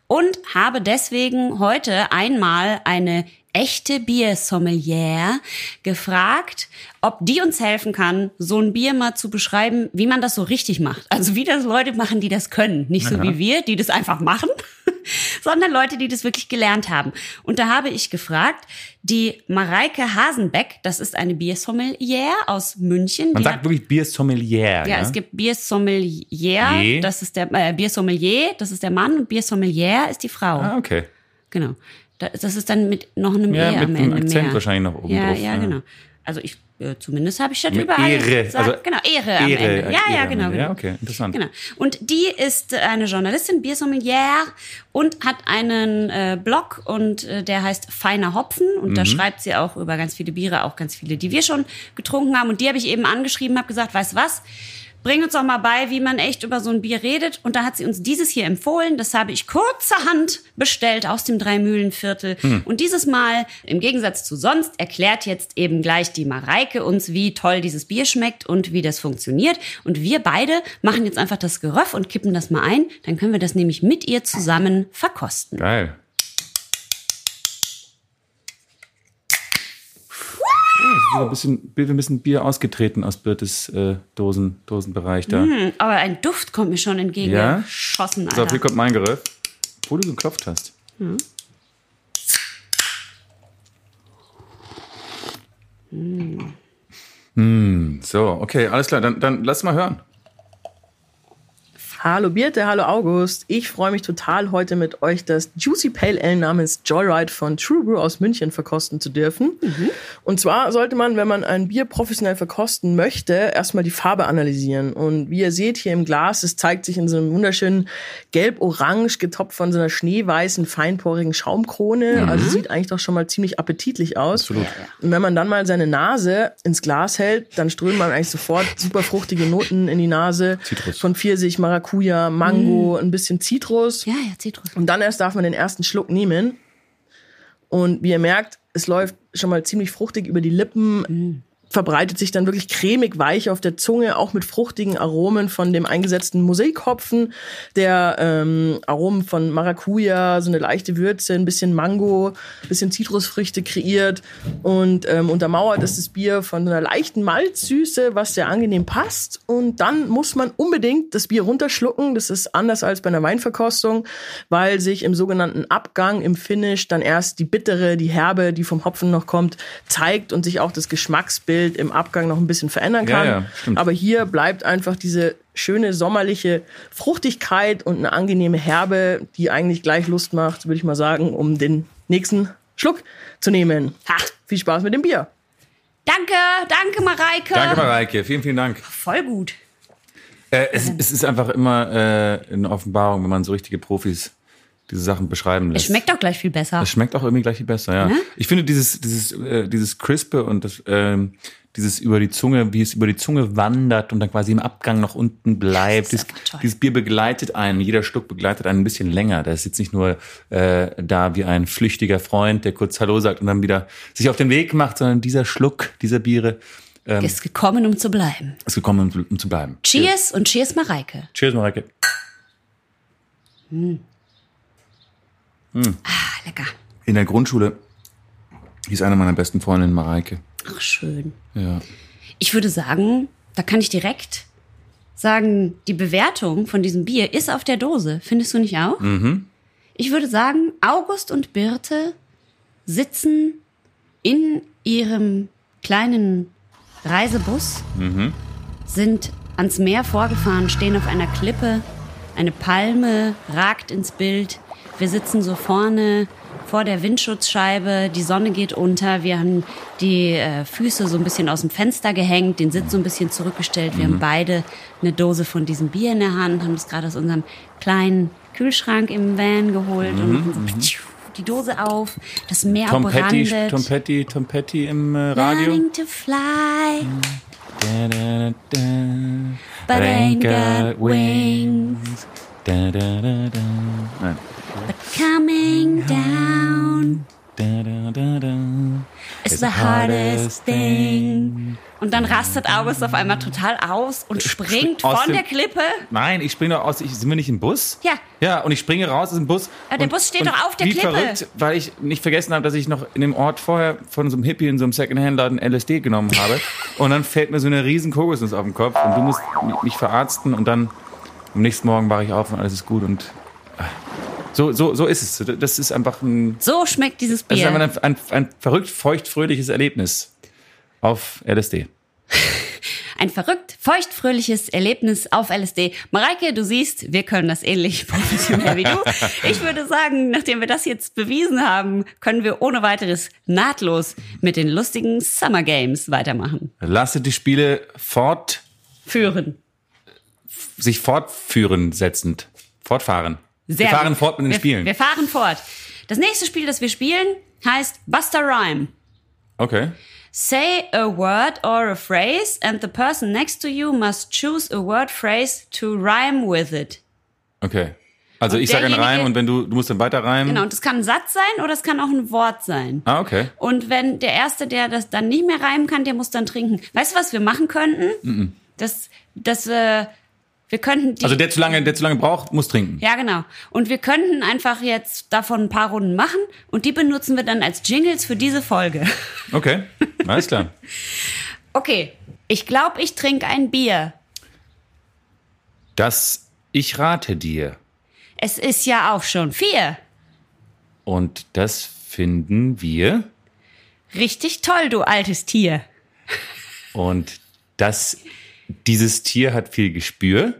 [SPEAKER 1] und habe deswegen heute einmal eine echte Biersommelier gefragt, ob die uns helfen kann, so ein Bier mal zu beschreiben, wie man das so richtig macht. Also wie das Leute machen, die das können. Nicht so wie wir, die das einfach machen, sondern Leute, die das wirklich gelernt haben. Und da habe ich gefragt, die Mareike Hasenbeck, das ist eine Biersommelier aus München.
[SPEAKER 2] Man
[SPEAKER 1] die
[SPEAKER 2] sagt wirklich ne? Bier Sommelier.
[SPEAKER 1] ja, es gibt Biersommelier,
[SPEAKER 2] Je.
[SPEAKER 1] das ist der äh, Biersommelier, das ist der Mann und Biersommelier ist die Frau.
[SPEAKER 2] Ah, okay.
[SPEAKER 1] Genau. Da- Das ist dann mit noch einem E
[SPEAKER 2] Ja, mit
[SPEAKER 1] am
[SPEAKER 2] einem
[SPEAKER 1] Ende
[SPEAKER 2] Akzent
[SPEAKER 1] mehr.
[SPEAKER 2] wahrscheinlich noch oben
[SPEAKER 1] ja,
[SPEAKER 2] drauf,
[SPEAKER 1] Ja,
[SPEAKER 2] ja.
[SPEAKER 1] genau. Also ich äh, zumindest habe ich das
[SPEAKER 2] Mit
[SPEAKER 1] überall.
[SPEAKER 2] Ehre,
[SPEAKER 1] gesagt.
[SPEAKER 2] also
[SPEAKER 1] genau, Ehre, am
[SPEAKER 2] Ehre,
[SPEAKER 1] Ende. Ja,
[SPEAKER 2] Ehre
[SPEAKER 1] ja,
[SPEAKER 2] am
[SPEAKER 1] genau.
[SPEAKER 2] Ende.
[SPEAKER 1] genau.
[SPEAKER 2] Ja, okay, interessant.
[SPEAKER 1] Genau. Und die ist äh, eine Journalistin, Biersommelier und hat einen äh, Blog und äh, der heißt Feiner Hopfen und
[SPEAKER 2] Mhm.
[SPEAKER 1] da schreibt sie auch über ganz viele Biere, auch ganz viele, die wir schon getrunken haben und die habe ich eben angeschrieben, habe gesagt, weißt du was? Bring uns doch mal bei, wie man echt über so ein Bier redet. Und da hat sie uns dieses hier empfohlen. Das habe ich kurzerhand bestellt aus dem Dreimühlenviertel.
[SPEAKER 2] Hm.
[SPEAKER 1] Und dieses Mal, im Gegensatz zu sonst, erklärt jetzt eben gleich die Mareike uns, wie toll dieses Bier schmeckt und wie das funktioniert. Und wir beide machen jetzt einfach das Geröff und kippen das mal ein. Dann können wir das nämlich mit ihr zusammen verkosten.
[SPEAKER 2] Geil. Ja, ist wieder ein bisschen, wieder ein bisschen Bier ausgetreten aus Birtes äh, Dosen, Dosenbereich da.
[SPEAKER 1] Hm, Aber ein Duft kommt mir schon
[SPEAKER 2] Ja?
[SPEAKER 1] entgegengeschossen,
[SPEAKER 2] so, hier
[SPEAKER 1] Alter.
[SPEAKER 2] kommt mein Geröff. Wo du geklopft hast.
[SPEAKER 1] Hm.
[SPEAKER 2] Hm, So, okay, alles klar. Dann, dann lass mal hören.
[SPEAKER 4] Hallo Birte, hallo August. Ich freue mich total, heute mit euch das Juicy Pale Ale namens Joyride von True Brew aus München verkosten zu dürfen.
[SPEAKER 2] Mhm.
[SPEAKER 4] Und zwar sollte man, wenn man ein Bier professionell verkosten möchte, erstmal die Farbe analysieren. Und wie ihr seht hier im Glas, es zeigt sich in so einem wunderschönen gelb-orange, getopft von so einer schneeweißen, feinporigen Schaumkrone. Also sieht eigentlich doch schon mal ziemlich appetitlich aus.
[SPEAKER 2] Mhm. Absolut.
[SPEAKER 4] Und wenn man dann mal seine Nase ins Glas hält, dann strömen man eigentlich sofort super fruchtige Noten in die Nase.
[SPEAKER 2] Zitrus.
[SPEAKER 4] Von Pfirsich, Maracuja, Mango, ein bisschen Zitrus.
[SPEAKER 1] Ja, ja, Zitrus.
[SPEAKER 4] Und dann erst darf man den ersten Schluck nehmen. Und wie ihr merkt, es läuft schon mal ziemlich fruchtig über die Lippen, verbreitet sich dann wirklich cremig weich auf der Zunge, auch mit fruchtigen Aromen von dem eingesetzten Mosaikhopfen, der ähm, Aromen von Maracuja, so eine leichte Würze, ein bisschen Mango, ein bisschen Zitrusfrüchte kreiert und ähm, untermauert ist das Bier von einer leichten Malzsüße, was sehr angenehm passt. Und dann muss man unbedingt das Bier runterschlucken. Das ist anders als bei einer Weinverkostung, weil sich im sogenannten Abgang, im Finish, dann erst die bittere, die herbe, die vom Hopfen noch kommt, zeigt und sich auch das Geschmacksbild im Abgang noch ein bisschen verändern
[SPEAKER 2] Ja,
[SPEAKER 4] kann.
[SPEAKER 2] ja, stimmt.
[SPEAKER 4] Aber hier bleibt einfach diese schöne sommerliche Fruchtigkeit und eine angenehme Herbe, die eigentlich gleich Lust macht, würde ich mal sagen, um den nächsten Schluck zu nehmen.
[SPEAKER 1] Ha.
[SPEAKER 4] Viel Spaß mit dem Bier.
[SPEAKER 1] Danke, danke Mareike.
[SPEAKER 2] Danke, Mareike. Vielen, vielen Dank.
[SPEAKER 1] Voll gut.
[SPEAKER 2] Äh, es, es ist einfach immer äh, eine Offenbarung, wenn man so richtige Profis diese Sachen beschreiben lässt.
[SPEAKER 1] Es schmeckt auch gleich viel besser.
[SPEAKER 2] Das schmeckt auch irgendwie gleich viel besser, ja.
[SPEAKER 1] Ne?
[SPEAKER 2] Ich finde dieses, dieses, äh, dieses Crispe und das, ähm, dieses über die Zunge, wie es über die Zunge wandert und dann quasi im Abgang noch unten bleibt.
[SPEAKER 1] Das ist
[SPEAKER 2] Dieses,
[SPEAKER 1] einfach toll.
[SPEAKER 2] dieses Bier begleitet einen, jeder Schluck begleitet einen ein bisschen länger. Der ist jetzt nicht nur äh, da wie ein flüchtiger Freund, der kurz Hallo sagt und dann wieder sich auf den Weg macht, sondern dieser Schluck, dieser Biere
[SPEAKER 1] Ist gekommen, um zu bleiben.
[SPEAKER 2] ist gekommen, um, zu- um zu bleiben.
[SPEAKER 1] Cheers und Cheers Mareike.
[SPEAKER 2] Cheers, Mareike.
[SPEAKER 1] Ah, lecker.
[SPEAKER 2] In der Grundschule hieß eine meiner besten Freundinnen Mareike.
[SPEAKER 1] Ach, schön.
[SPEAKER 2] Ja.
[SPEAKER 1] Ich würde sagen, da kann ich direkt sagen, die Bewertung von diesem Bier ist auf der Dose. Findest du nicht auch? Ich würde sagen, August und Birte sitzen in ihrem kleinen Reisebus,
[SPEAKER 2] Mhm.
[SPEAKER 1] sind ans Meer vorgefahren, stehen auf einer Klippe, eine Palme ragt ins Bild. Wir sitzen so vorne vor der Windschutzscheibe, die Sonne geht unter, wir haben die äh, Füße so ein bisschen aus dem Fenster gehängt, den Sitz so ein bisschen zurückgestellt.
[SPEAKER 2] Mhm.
[SPEAKER 1] Wir haben beide eine Dose von diesem Bier in der Hand, haben es gerade aus unserem kleinen Kühlschrank im Van geholt und so pschiu, die Dose auf, das Meer
[SPEAKER 2] Mhm, Tom Petty,
[SPEAKER 1] brandet.
[SPEAKER 2] Tom Petty, Tom Petty im äh, Radio.
[SPEAKER 1] Learning to fly,
[SPEAKER 2] Da, da, da.
[SPEAKER 1] but I ain't
[SPEAKER 2] Renke
[SPEAKER 1] got wings.
[SPEAKER 2] Da, da, da, da. Nein.
[SPEAKER 1] Coming down
[SPEAKER 2] Da, da, da, da.
[SPEAKER 1] is the hardest thing. Und dann rastet August auf einmal total aus und springt
[SPEAKER 2] aus
[SPEAKER 1] von
[SPEAKER 2] dem-
[SPEAKER 1] der Klippe.
[SPEAKER 2] Nein, ich springe doch aus. Ich, sind wir nicht im Bus?
[SPEAKER 1] Ja.
[SPEAKER 2] Ja, und ich springe raus aus dem Bus.
[SPEAKER 1] Aber der
[SPEAKER 2] und,
[SPEAKER 1] Bus steht
[SPEAKER 2] und
[SPEAKER 1] doch auf der
[SPEAKER 2] wie
[SPEAKER 1] Klippe.
[SPEAKER 2] verrückt, weil ich nicht vergessen habe, dass ich noch in dem Ort vorher von so einem Hippie in so einem Secondhand-Laden LSD genommen habe. und dann fällt mir so eine riesen Kokosnuss auf den Kopf und du musst mi- mich verarzten und dann am nächsten Morgen wache ich auf und alles ist gut und ah. so, so, so ist es. Das ist einfach ein,
[SPEAKER 1] So schmeckt dieses
[SPEAKER 2] das ist einfach
[SPEAKER 1] Bier.
[SPEAKER 2] ein, ein, ein verrückt feucht-fröhliches Erlebnis auf LSD.
[SPEAKER 1] Ein verrückt, feuchtfröhliches Erlebnis auf LSD. Mareike, du siehst, wir können das ähnlich professionell wie du. Ich würde sagen, nachdem wir das jetzt bewiesen haben, können wir ohne weiteres nahtlos mit den lustigen Summer Games weitermachen.
[SPEAKER 2] Lasset die Spiele fort,
[SPEAKER 1] Führen.
[SPEAKER 2] sich fortführen setzend. Fortfahren.
[SPEAKER 1] Sehr
[SPEAKER 2] wir fahren
[SPEAKER 1] gut.
[SPEAKER 2] fort mit den
[SPEAKER 1] wir,
[SPEAKER 2] Spielen.
[SPEAKER 1] Wir fahren fort. Das nächste Spiel, das wir spielen, heißt Buster Rhyme.
[SPEAKER 2] Okay.
[SPEAKER 1] Say a word or a phrase and the person next to you must choose a word phrase to rhyme with it.
[SPEAKER 2] Okay. Also ich sage einen
[SPEAKER 1] derjenige-
[SPEAKER 2] Reim und wenn du, du musst dann weiter reimen.
[SPEAKER 1] Genau, und das kann ein Satz sein oder es kann auch ein Wort sein.
[SPEAKER 2] Ah, okay.
[SPEAKER 1] Und wenn der Erste, der das dann nicht mehr reimen kann, der muss dann trinken. Weißt du, was wir machen könnten? Das, das, äh, wir könnten die
[SPEAKER 2] Also der zu lange, der zu lange braucht, muss trinken.
[SPEAKER 1] Ja, genau. Und wir könnten einfach jetzt davon ein paar Runden machen und die benutzen wir dann als Jingles für diese Folge.
[SPEAKER 2] Okay. Alles klar.
[SPEAKER 1] Okay, ich glaube, ich trinke ein Bier.
[SPEAKER 2] Das Ich rate dir.
[SPEAKER 1] Es ist ja auch schon vier.
[SPEAKER 2] Und das finden wir.
[SPEAKER 1] Richtig toll, du altes Tier.
[SPEAKER 2] Und das, dieses Tier hat viel Gespür.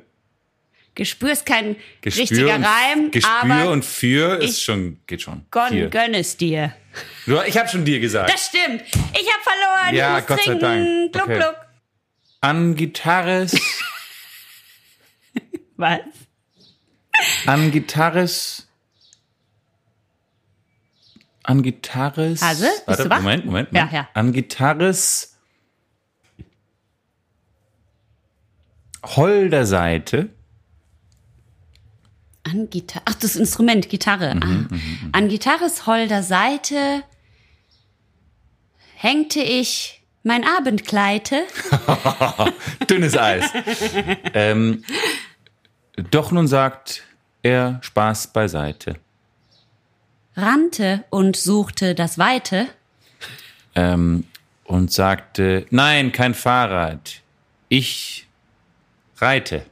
[SPEAKER 1] Gespür ist kein
[SPEAKER 2] Gespür
[SPEAKER 1] richtiger
[SPEAKER 2] und,
[SPEAKER 1] Reim,
[SPEAKER 2] Gespür
[SPEAKER 1] aber
[SPEAKER 2] und für ist
[SPEAKER 1] ich-
[SPEAKER 2] schon, geht schon. Hier.
[SPEAKER 1] gönn, gönn es dir.
[SPEAKER 2] Du- Ich habe schon dir gesagt.
[SPEAKER 1] Das stimmt. Ich habe verloren.
[SPEAKER 2] Ja,
[SPEAKER 1] ich muss
[SPEAKER 2] Gott sei
[SPEAKER 1] trinken.
[SPEAKER 2] Dank.
[SPEAKER 1] Gluck,
[SPEAKER 2] Okay.
[SPEAKER 1] gluck.
[SPEAKER 2] An Gitarres,
[SPEAKER 1] Was?
[SPEAKER 2] an Gitarres, an Gitarres.
[SPEAKER 1] Hase, bist
[SPEAKER 2] Warte,
[SPEAKER 1] du wach?
[SPEAKER 2] Moment, Moment,
[SPEAKER 1] Ja,
[SPEAKER 2] Moment.
[SPEAKER 1] ja.
[SPEAKER 2] An Gitarres holder Seite.
[SPEAKER 1] An Gitarre. Ach, das Instrument, Gitarre.
[SPEAKER 2] Mhm,
[SPEAKER 1] ah. An Gitarres holder Seite hängte ich mein Abendkleide.
[SPEAKER 2] Dünnes Eis. ähm, doch nun sagt er Spaß beiseite.
[SPEAKER 1] rannte und suchte das Weite.
[SPEAKER 2] ähm, und sagte, nein, kein Fahrrad. Ich reite.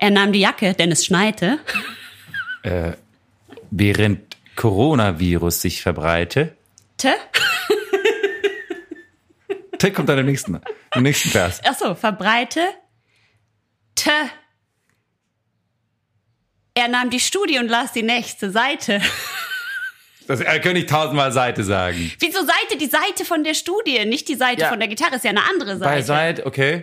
[SPEAKER 1] Er nahm die Jacke, denn es schneite.
[SPEAKER 2] Während Coronavirus sich verbreite.
[SPEAKER 1] Te?
[SPEAKER 2] Tick kommt dann im nächsten Mal. Im nächsten Vers.
[SPEAKER 1] Ach so, verbreite. Te. Er nahm die Studie und las die nächste Seite.
[SPEAKER 2] Das äh, könnte ich tausendmal Seite sagen.
[SPEAKER 1] Wieso Seite? Die Seite von der Studie, nicht die Seite
[SPEAKER 2] Ja.
[SPEAKER 1] von der Gitarre. Ist ja eine andere Seite.
[SPEAKER 2] Beiseite, okay.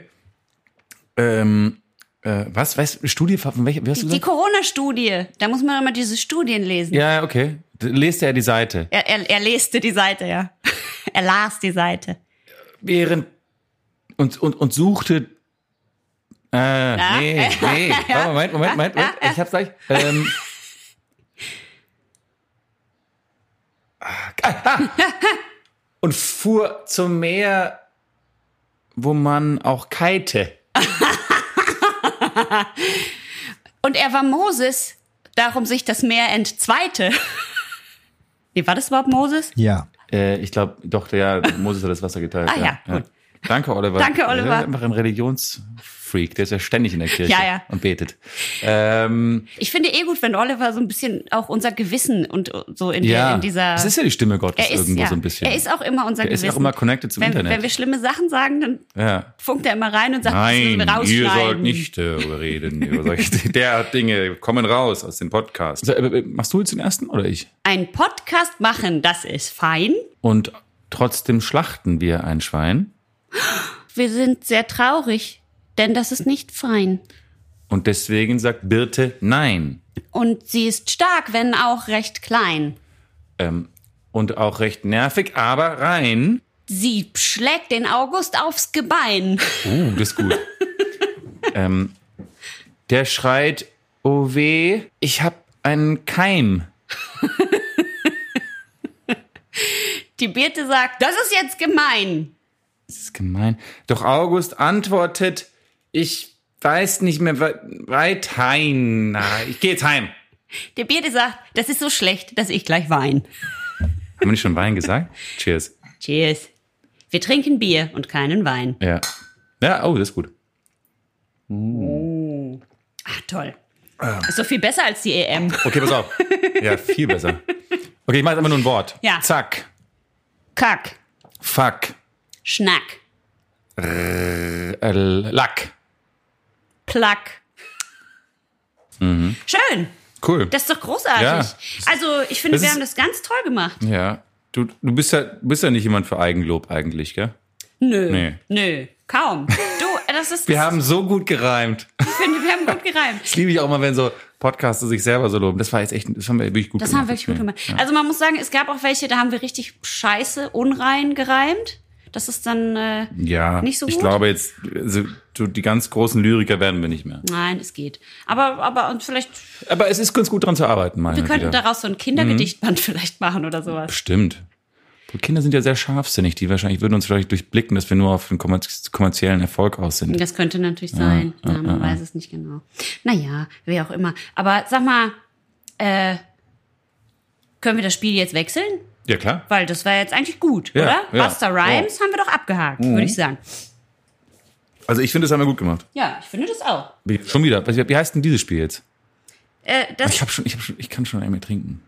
[SPEAKER 2] Ähm, äh, was? Weißt du, Studie von welcher? Wie hast du
[SPEAKER 1] Die
[SPEAKER 2] gesagt?
[SPEAKER 1] Corona-Studie. Da muss man immer diese Studien lesen.
[SPEAKER 2] Ja, okay. D- Lest er die Seite.
[SPEAKER 1] Er, er, er leste die Seite, ja. er las die Seite.
[SPEAKER 2] Während und, und, und suchte. Äh,
[SPEAKER 1] Ah.
[SPEAKER 2] nee, nee. Warte, Moment, Moment, Moment. Moment. Ich hab's gleich. Ähm, Ah, ah. und fuhr zum Meer, wo man auch kite.
[SPEAKER 1] Und er war Moses darum sich das Meer entzweite. Nee, war das überhaupt Moses?
[SPEAKER 3] Ja.
[SPEAKER 2] Äh, ich glaube, doch, der Moses hat das Wasser geteilt.
[SPEAKER 1] Ah, ja, gut.
[SPEAKER 2] Danke, Oliver.
[SPEAKER 1] Danke,
[SPEAKER 2] Der
[SPEAKER 1] Oliver.
[SPEAKER 2] ist einfach ein Religionsfreak. Der ist ja ständig in der Kirche
[SPEAKER 1] Ja, ja.
[SPEAKER 2] und betet. Ähm,
[SPEAKER 1] Ich finde eh gut, wenn Oliver so ein bisschen auch unser Gewissen und so in,
[SPEAKER 2] ja,
[SPEAKER 1] der, in dieser.
[SPEAKER 2] das ist ja die Stimme Gottes
[SPEAKER 1] er ist,
[SPEAKER 2] irgendwo
[SPEAKER 1] ja,
[SPEAKER 2] so ein bisschen.
[SPEAKER 1] er ist auch immer unser
[SPEAKER 2] Der ist
[SPEAKER 1] Gewissen.
[SPEAKER 2] auch immer connected zum
[SPEAKER 1] wenn,
[SPEAKER 2] Internet.
[SPEAKER 1] Wenn wir schlimme Sachen sagen, dann
[SPEAKER 2] ja.
[SPEAKER 1] funkt er immer rein und sagt, das müssen
[SPEAKER 2] Nein,
[SPEAKER 1] wir
[SPEAKER 2] ihr
[SPEAKER 1] rausschneiden.
[SPEAKER 2] sollt nicht darüber reden, über solche der Dinge. Kommen raus aus dem Podcast. So, äh, äh, machst du jetzt den ersten oder ich?
[SPEAKER 1] Ein Podcast machen, das ist fein.
[SPEAKER 2] Und trotzdem schlachten wir ein Schwein.
[SPEAKER 1] Wir sind sehr traurig, denn das ist nicht fein.
[SPEAKER 2] Und deswegen sagt Birte nein.
[SPEAKER 1] Und sie ist stark, wenn auch recht klein.
[SPEAKER 2] Ähm, und auch recht nervig, aber rein.
[SPEAKER 1] Sie schlägt den August aufs Gebein.
[SPEAKER 2] Uh, das ist gut. ähm, der schreit, oh weh, ich hab einen Keim.
[SPEAKER 1] Die Birte sagt, das ist jetzt gemein.
[SPEAKER 2] Das ist gemein. Doch August antwortet, ich weiß nicht mehr we- weit heim. Na, Ich gehe jetzt heim.
[SPEAKER 1] Die Birte sagt, das ist so schlecht, dass ich gleich wein.
[SPEAKER 2] Haben wir nicht schon Wein gesagt? Cheers.
[SPEAKER 1] Cheers. Wir trinken Bier und keinen Wein.
[SPEAKER 2] Ja. Ja, oh, das ist gut.
[SPEAKER 1] Ach, Ah, toll.
[SPEAKER 2] Ah.
[SPEAKER 1] Ist doch viel besser als die E EM.
[SPEAKER 2] Okay, pass auf. Ja, viel besser. Okay, ich mache jetzt einfach nur ein Wort.
[SPEAKER 1] Ja.
[SPEAKER 2] Zack.
[SPEAKER 1] Kack.
[SPEAKER 2] Fuck.
[SPEAKER 1] Schnack.
[SPEAKER 2] Äh, Lack.
[SPEAKER 1] Plack. Schön.
[SPEAKER 2] Cool.
[SPEAKER 1] Das ist doch großartig.
[SPEAKER 2] Mhm. Ja.
[SPEAKER 1] Also, ich finde,
[SPEAKER 2] Das
[SPEAKER 1] wir
[SPEAKER 2] ist-
[SPEAKER 1] haben das ganz toll gemacht.
[SPEAKER 2] ja. Du, du bist ja, du bist ja nicht jemand für Eigenlob eigentlich, gell?
[SPEAKER 1] Nö.
[SPEAKER 2] Nee.
[SPEAKER 1] Nö. Kaum. Du, das ist,
[SPEAKER 2] Wir haben so gut gereimt.
[SPEAKER 1] ich finde, wir haben gut gereimt.
[SPEAKER 2] Das liebe ich auch mal, wenn so Podcaster sich selber so loben. Das war jetzt echt, das haben wir wirklich gut
[SPEAKER 1] Das
[SPEAKER 2] gemacht.
[SPEAKER 1] haben wir wirklich gut gemacht. Also man muss sagen, es gab auch welche, da haben wir richtig scheiße unrein gereimt. Das ist dann, äh,
[SPEAKER 2] Ja,
[SPEAKER 1] Nicht so
[SPEAKER 2] ich
[SPEAKER 1] gut?
[SPEAKER 2] glaube jetzt, also, so die ganz großen Lyriker werden wir nicht mehr.
[SPEAKER 1] nein, es geht. Aber, aber und vielleicht,
[SPEAKER 2] Aber es ist ganz gut dran zu arbeiten, meine
[SPEAKER 1] wir
[SPEAKER 2] ich.
[SPEAKER 1] könnten daraus so ein
[SPEAKER 2] Mhm.
[SPEAKER 1] Kindergedichtband vielleicht machen oder sowas.
[SPEAKER 2] Stimmt. Die Kinder sind ja sehr scharfsinnig, die wahrscheinlich würden uns vielleicht durchblicken, dass wir nur auf den kommer- kommerziellen Erfolg aus sind.
[SPEAKER 1] Das könnte natürlich sein. Ja, man weiß es nicht genau. Naja, wie auch immer. Aber sag mal, äh, können wir das Spiel jetzt wechseln?
[SPEAKER 2] Ja, klar.
[SPEAKER 1] Weil das war jetzt eigentlich gut,
[SPEAKER 2] Ja,
[SPEAKER 1] oder?
[SPEAKER 2] ja. Mhm.
[SPEAKER 1] Buster Rhymes haben wir doch abgehakt, würde ich sagen.
[SPEAKER 2] Also ich finde, das haben wir gut gemacht.
[SPEAKER 1] Ja, ich finde das auch.
[SPEAKER 2] Wie- Schon wieder. Wie wie heißt denn dieses Spiel jetzt?
[SPEAKER 1] Äh,
[SPEAKER 2] Ich
[SPEAKER 1] das,
[SPEAKER 2] habe schon, ich habe schon, ich kann schon einmal trinken.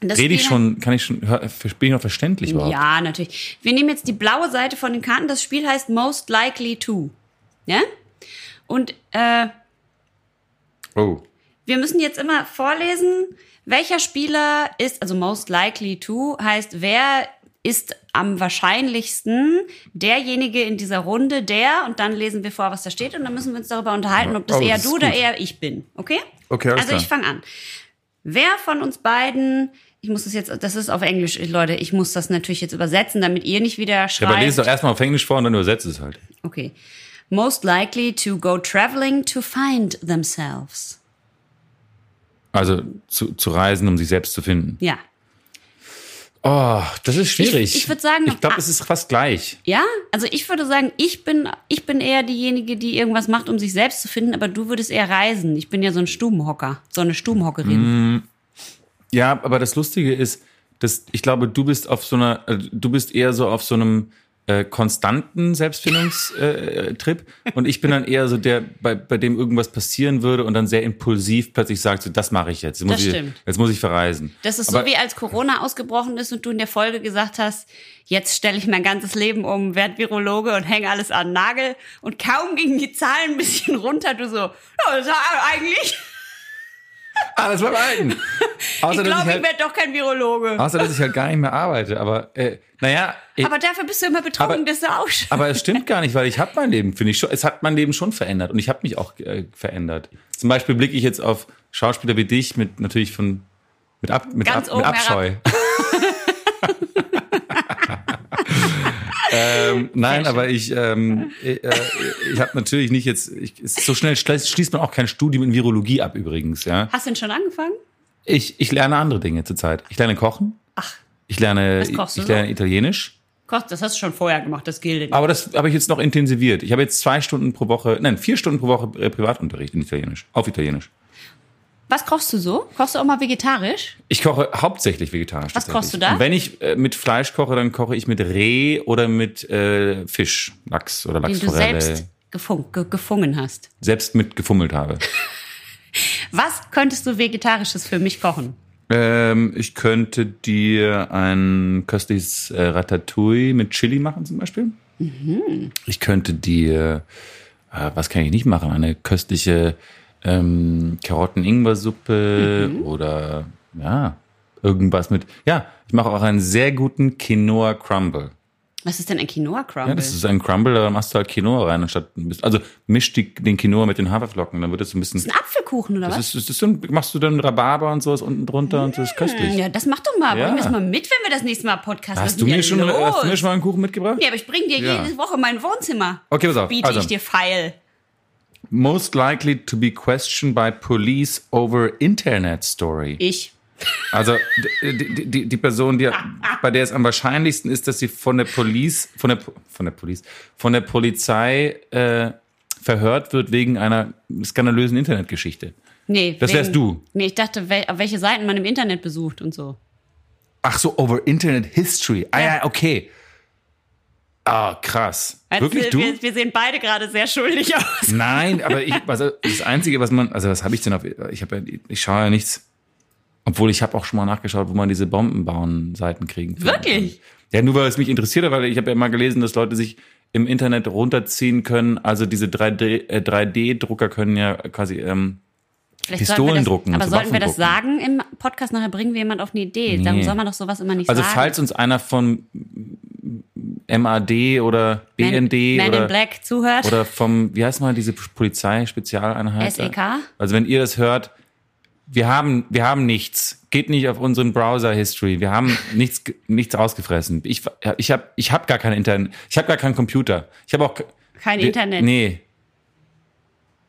[SPEAKER 1] das
[SPEAKER 2] Rede ich
[SPEAKER 1] Spiel hat-
[SPEAKER 2] schon, kann ich schon, hör, bin ich noch verständlich überhaupt?
[SPEAKER 1] Ja, natürlich. Wir nehmen jetzt die blaue Seite von den Karten. Das Spiel heißt Most Likely To. Ja? Und äh,
[SPEAKER 2] Oh.
[SPEAKER 1] wir müssen jetzt immer vorlesen, welcher Spieler ist, also Most Likely To heißt, wer ist am wahrscheinlichsten derjenige in dieser Runde, der, und dann lesen wir vor, was da steht, und dann müssen wir uns darüber unterhalten, ob das
[SPEAKER 2] Oh, das
[SPEAKER 1] eher
[SPEAKER 2] ist
[SPEAKER 1] du oder
[SPEAKER 2] gut.
[SPEAKER 1] eher ich bin. Okay?
[SPEAKER 2] Okay, alles
[SPEAKER 1] Also ich fange an. Wer von uns beiden, ich muss das jetzt, das ist auf Englisch, Leute, ich muss das natürlich jetzt übersetzen, damit ihr nicht wieder
[SPEAKER 2] Ja, aber lese es
[SPEAKER 1] schreibt.
[SPEAKER 2] doch erstmal auf Englisch vor und dann übersetze es halt.
[SPEAKER 1] Okay. Most likely to go traveling to find themselves.
[SPEAKER 2] Also zu, zu reisen, um sich selbst zu finden.
[SPEAKER 1] Ja.
[SPEAKER 2] Oh, das ist schwierig.
[SPEAKER 1] Ich- ich würd sagen,
[SPEAKER 2] Ich glaube,
[SPEAKER 1] ah.
[SPEAKER 2] es ist fast gleich.
[SPEAKER 1] Ja, also ich würde sagen, ich bin, ich bin eher diejenige, die irgendwas macht, um sich selbst zu finden, aber du würdest eher reisen. Ich bin ja so ein Stubenhocker, so eine
[SPEAKER 2] Mhm.
[SPEAKER 1] Stubenhockerin.
[SPEAKER 2] Ja, aber das Lustige ist, dass ich glaube, du bist auf so einer, äh, du bist eher so auf so einem äh, konstanten Selbstfindungstrip und ich bin dann eher so der, bei, bei dem irgendwas passieren würde und dann sehr impulsiv plötzlich sagt, so, das mache ich jetzt. Jetzt muss,
[SPEAKER 1] Das
[SPEAKER 2] ich,
[SPEAKER 1] stimmt.
[SPEAKER 2] jetzt muss ich verreisen.
[SPEAKER 1] Das ist
[SPEAKER 2] aber,
[SPEAKER 1] so wie als Corona ausgebrochen ist und du in der Folge gesagt hast, jetzt stelle ich mein ganzes Leben um, werd Virologe und hänge alles an den Nagel und kaum gingen die Zahlen ein bisschen runter, du so, ja, das war eigentlich,
[SPEAKER 2] Ah, das war beiden.
[SPEAKER 1] ich
[SPEAKER 2] Außer, dass ich
[SPEAKER 1] glaube, ich
[SPEAKER 2] halt,
[SPEAKER 1] werd doch kein Virologe.
[SPEAKER 2] außer, dass ich halt gar nicht mehr arbeite. Aber äh, naja, ich,
[SPEAKER 1] Aber dafür bist du immer betrunken,
[SPEAKER 2] Aber- Ah.
[SPEAKER 1] das ist doch auch schon.
[SPEAKER 2] Aber es stimmt gar nicht, weil ich habe mein Leben, finde ich schon, es hat mein Leben schon verändert und ich habe mich auch äh, verändert. Zum Beispiel blicke ich jetzt auf Schauspieler wie dich mit natürlich von mit, Ab, mit,
[SPEAKER 1] Ganz
[SPEAKER 2] Ab,
[SPEAKER 1] oben
[SPEAKER 2] mit Abscheu. ähm,
[SPEAKER 1] Sehr
[SPEAKER 2] nein,
[SPEAKER 1] schön.
[SPEAKER 2] aber ich, ähm, äh, äh, ich habe natürlich nicht jetzt, ich, es ist so schnell schli- schließt man auch kein Studium in Virologie ab übrigens, ja.
[SPEAKER 1] Hast du denn schon angefangen?
[SPEAKER 2] Ich, ich lerne andere Dinge zurzeit. Ich lerne kochen.
[SPEAKER 1] Ach.
[SPEAKER 2] Ich lerne,
[SPEAKER 1] Was kochst du
[SPEAKER 2] ich
[SPEAKER 1] so?
[SPEAKER 2] lerne Italienisch.
[SPEAKER 1] Gott, das hast du schon vorher gemacht, das gilt. nicht.
[SPEAKER 2] Aber das habe ich jetzt noch intensiviert. Ich habe jetzt zwei Stunden pro Woche, nein, vier Stunden pro Woche äh, Privatunterricht in Italienisch, auf Italienisch.
[SPEAKER 1] Was kochst du so? Kochst du auch mal vegetarisch?
[SPEAKER 2] Ich koche hauptsächlich vegetarisch.
[SPEAKER 1] Was
[SPEAKER 2] tatsächlich.
[SPEAKER 1] kochst du da?
[SPEAKER 2] Und wenn ich äh, mit Fleisch koche, dann koche ich mit Reh oder mit äh, Fisch, Lachs oder
[SPEAKER 1] Den du
[SPEAKER 2] Lachsforelle.
[SPEAKER 1] selbst gefun ge gefungen hast.
[SPEAKER 2] selbst mit gefummelt habe.
[SPEAKER 1] Was könntest du Vegetarisches für mich kochen?
[SPEAKER 2] Ähm, ich könnte dir ein köstliches äh, Ratatouille mit Chili machen zum Beispiel. Ich könnte dir, äh, was kann ich nicht machen, eine köstliche ähm, Karotten-Ingwer-Suppe oder ja, irgendwas mit. Ja, ich mache auch einen sehr guten Quinoa-Crumble.
[SPEAKER 1] Was ist denn ein Quinoa-Crumble?
[SPEAKER 2] Ja, das ist ein Crumble, da machst du halt Quinoa rein anstatt ein bisschen. Also misch die, den Quinoa mit den Haferflocken, dann wird es ein bisschen.
[SPEAKER 1] ein Apfelkuchen oder
[SPEAKER 2] Das
[SPEAKER 1] was?
[SPEAKER 2] ist, das ist so ein, machst du dann Rhabarber und sowas unten drunter und das ist köstlich.
[SPEAKER 1] ja, das mach doch mal.
[SPEAKER 2] Ja.
[SPEAKER 1] Bring das mal mit, wenn wir das nächste Mal Podcast Was
[SPEAKER 2] Hast
[SPEAKER 1] ist
[SPEAKER 2] du,
[SPEAKER 1] denn hier
[SPEAKER 2] mir schon,
[SPEAKER 1] los?
[SPEAKER 2] hast du mir schon mal einen Kuchen mitgebracht?
[SPEAKER 1] Ja, aber ich bring dir
[SPEAKER 2] Ja.
[SPEAKER 1] jede Woche mein Wohnzimmer.
[SPEAKER 2] Okay, pass auf.
[SPEAKER 1] Biete
[SPEAKER 2] Also.
[SPEAKER 1] ich dir Pfeil.
[SPEAKER 2] Most likely to be questioned by police over Internet story.
[SPEAKER 1] Ich.
[SPEAKER 2] Also d- die, die, die Person, die, bei der es am wahrscheinlichsten ist, dass sie von der Police, von der, Po- von der Police, von der Polizei äh, verhört wird wegen einer skandalösen Internetgeschichte.
[SPEAKER 1] Nee.
[SPEAKER 2] Das wärst du.
[SPEAKER 1] Nee, ich dachte, wel auf welche Seiten man im Internet besucht und so.
[SPEAKER 2] Ach so, over Internet History. Ah ja, okay. Ah, krass.
[SPEAKER 1] Also,
[SPEAKER 2] Wirklich du? Hm,
[SPEAKER 1] Wir, wir sehen beide gerade sehr schuldig aus.
[SPEAKER 2] Nein, aber ich, was, das Einzige, was man, also was habe ich denn auf, ich habe, ja, ich schaue ja nichts. Obwohl ich habe auch schon mal nachgeschaut, wo man diese Bombenbauen-Seiten kriegen kann.
[SPEAKER 1] Wirklich?
[SPEAKER 2] Ja, nur weil es mich interessiert hat, weil ich habe ja mal gelesen, dass Leute sich im Internet runterziehen können. Also diese 3D, äh, 3D-Drucker können ja quasi, ähm,
[SPEAKER 1] Vielleicht
[SPEAKER 2] Pistolen
[SPEAKER 1] sollten wir das,
[SPEAKER 2] drucken und
[SPEAKER 1] Aber
[SPEAKER 2] so
[SPEAKER 1] sollten wir
[SPEAKER 2] Waffen
[SPEAKER 1] das sagen im Podcast? Nachher bringen wir jemand auf eine Idee. Dann
[SPEAKER 2] Nee.
[SPEAKER 1] soll man doch sowas immer nicht
[SPEAKER 2] also
[SPEAKER 1] sagen.
[SPEAKER 2] falls uns einer von MAD oder
[SPEAKER 1] Man,
[SPEAKER 2] BND
[SPEAKER 1] Man in
[SPEAKER 2] oder,
[SPEAKER 1] Black zuhört.
[SPEAKER 2] oder vom, wie heißt mal diese Polizei-Spezialeinheit?
[SPEAKER 1] SEK?
[SPEAKER 2] Also wenn ihr das hört, wir haben, wir haben nichts. Geht nicht auf unseren Browser-History. Wir haben nichts, ge- nichts ausgefressen. Ich, ich habe ich hab gar kein Internet. Ich habe gar keinen Computer. Ich habe auch ke-
[SPEAKER 1] Kein
[SPEAKER 2] wir-
[SPEAKER 1] Internet.
[SPEAKER 2] Nee.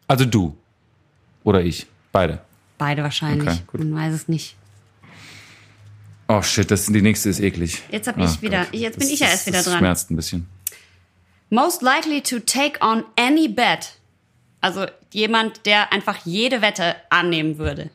[SPEAKER 2] Also du oder ich, beide.
[SPEAKER 1] Beide wahrscheinlich.
[SPEAKER 2] Okay, gut.
[SPEAKER 1] Man weiß es nicht.
[SPEAKER 2] Oh shit, das die nächste ist eklig.
[SPEAKER 1] Jetzt hab
[SPEAKER 2] Ah,
[SPEAKER 1] ich wieder-
[SPEAKER 2] Gott.
[SPEAKER 1] jetzt bin
[SPEAKER 2] Das-
[SPEAKER 1] ich ja
[SPEAKER 2] das-
[SPEAKER 1] erst wieder
[SPEAKER 2] das
[SPEAKER 1] dran.
[SPEAKER 2] Schmerzt ein bisschen.
[SPEAKER 1] Most likely to take on any bet. Also jemand, der einfach jede Wette annehmen würde. Hm.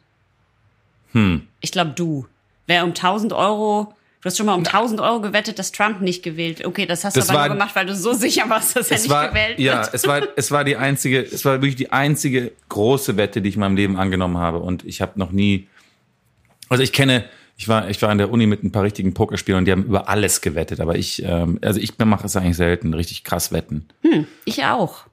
[SPEAKER 2] Hm.
[SPEAKER 1] Ich glaube, du. Wer um 1000 Euro. Du hast schon mal um 1000 Euro gewettet, dass Trump nicht gewählt. Okay, das hast
[SPEAKER 2] Das
[SPEAKER 1] du aber
[SPEAKER 2] war-
[SPEAKER 1] nur gemacht, weil du so sicher warst, dass er
[SPEAKER 2] Es
[SPEAKER 1] nicht
[SPEAKER 2] war,
[SPEAKER 1] gewählt
[SPEAKER 2] ja,
[SPEAKER 1] wird.
[SPEAKER 2] es war, es war die einzige, es war wirklich die einzige große Wette, die ich in meinem Leben angenommen habe. Und ich habe noch nie, also ich kenne, ich war, ich war an der Uni mit ein paar richtigen Pokerspielern und die haben über alles gewettet. Aber ich, ähm, also ich mache es eigentlich selten, richtig krass wetten.
[SPEAKER 1] Ich auch.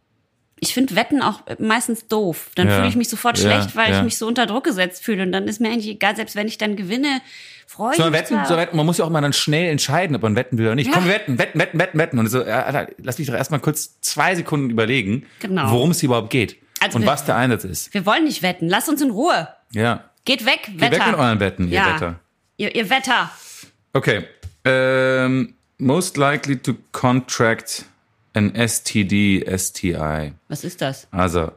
[SPEAKER 1] Ich finde Wetten auch meistens doof. Dann
[SPEAKER 2] Ja.
[SPEAKER 1] fühle ich mich sofort
[SPEAKER 2] Ja,
[SPEAKER 1] schlecht, weil
[SPEAKER 2] ja.
[SPEAKER 1] ich mich so unter Druck gesetzt fühle. Und dann ist mir eigentlich egal, selbst wenn ich dann gewinne, freue ich
[SPEAKER 2] Soll man
[SPEAKER 1] mich.
[SPEAKER 2] wetten,
[SPEAKER 1] zwar.
[SPEAKER 2] soll man wetten, man muss ja auch mal dann schnell entscheiden, ob man wetten will oder nicht.
[SPEAKER 1] Ja.
[SPEAKER 2] Komm, wir wetten, wetten, wetten, wetten, wetten. Und so, ja, Alter, lass mich doch erstmal kurz zwei Sekunden überlegen,
[SPEAKER 1] Genau.
[SPEAKER 2] worum es hier überhaupt geht.
[SPEAKER 1] Also
[SPEAKER 2] und
[SPEAKER 1] wir-
[SPEAKER 2] was der Einsatz ist.
[SPEAKER 1] Wir wollen nicht wetten. Lasst uns in Ruhe.
[SPEAKER 2] Ja.
[SPEAKER 1] Geht weg,
[SPEAKER 2] Geht
[SPEAKER 1] Wetter.
[SPEAKER 2] weg mit euren Wetten, ihr
[SPEAKER 1] ja.
[SPEAKER 2] Wetter.
[SPEAKER 1] Ihr, ihr Wetter.
[SPEAKER 2] Okay. Ähm, most likely to contract an STD, STI.
[SPEAKER 1] Was ist das?
[SPEAKER 2] Also,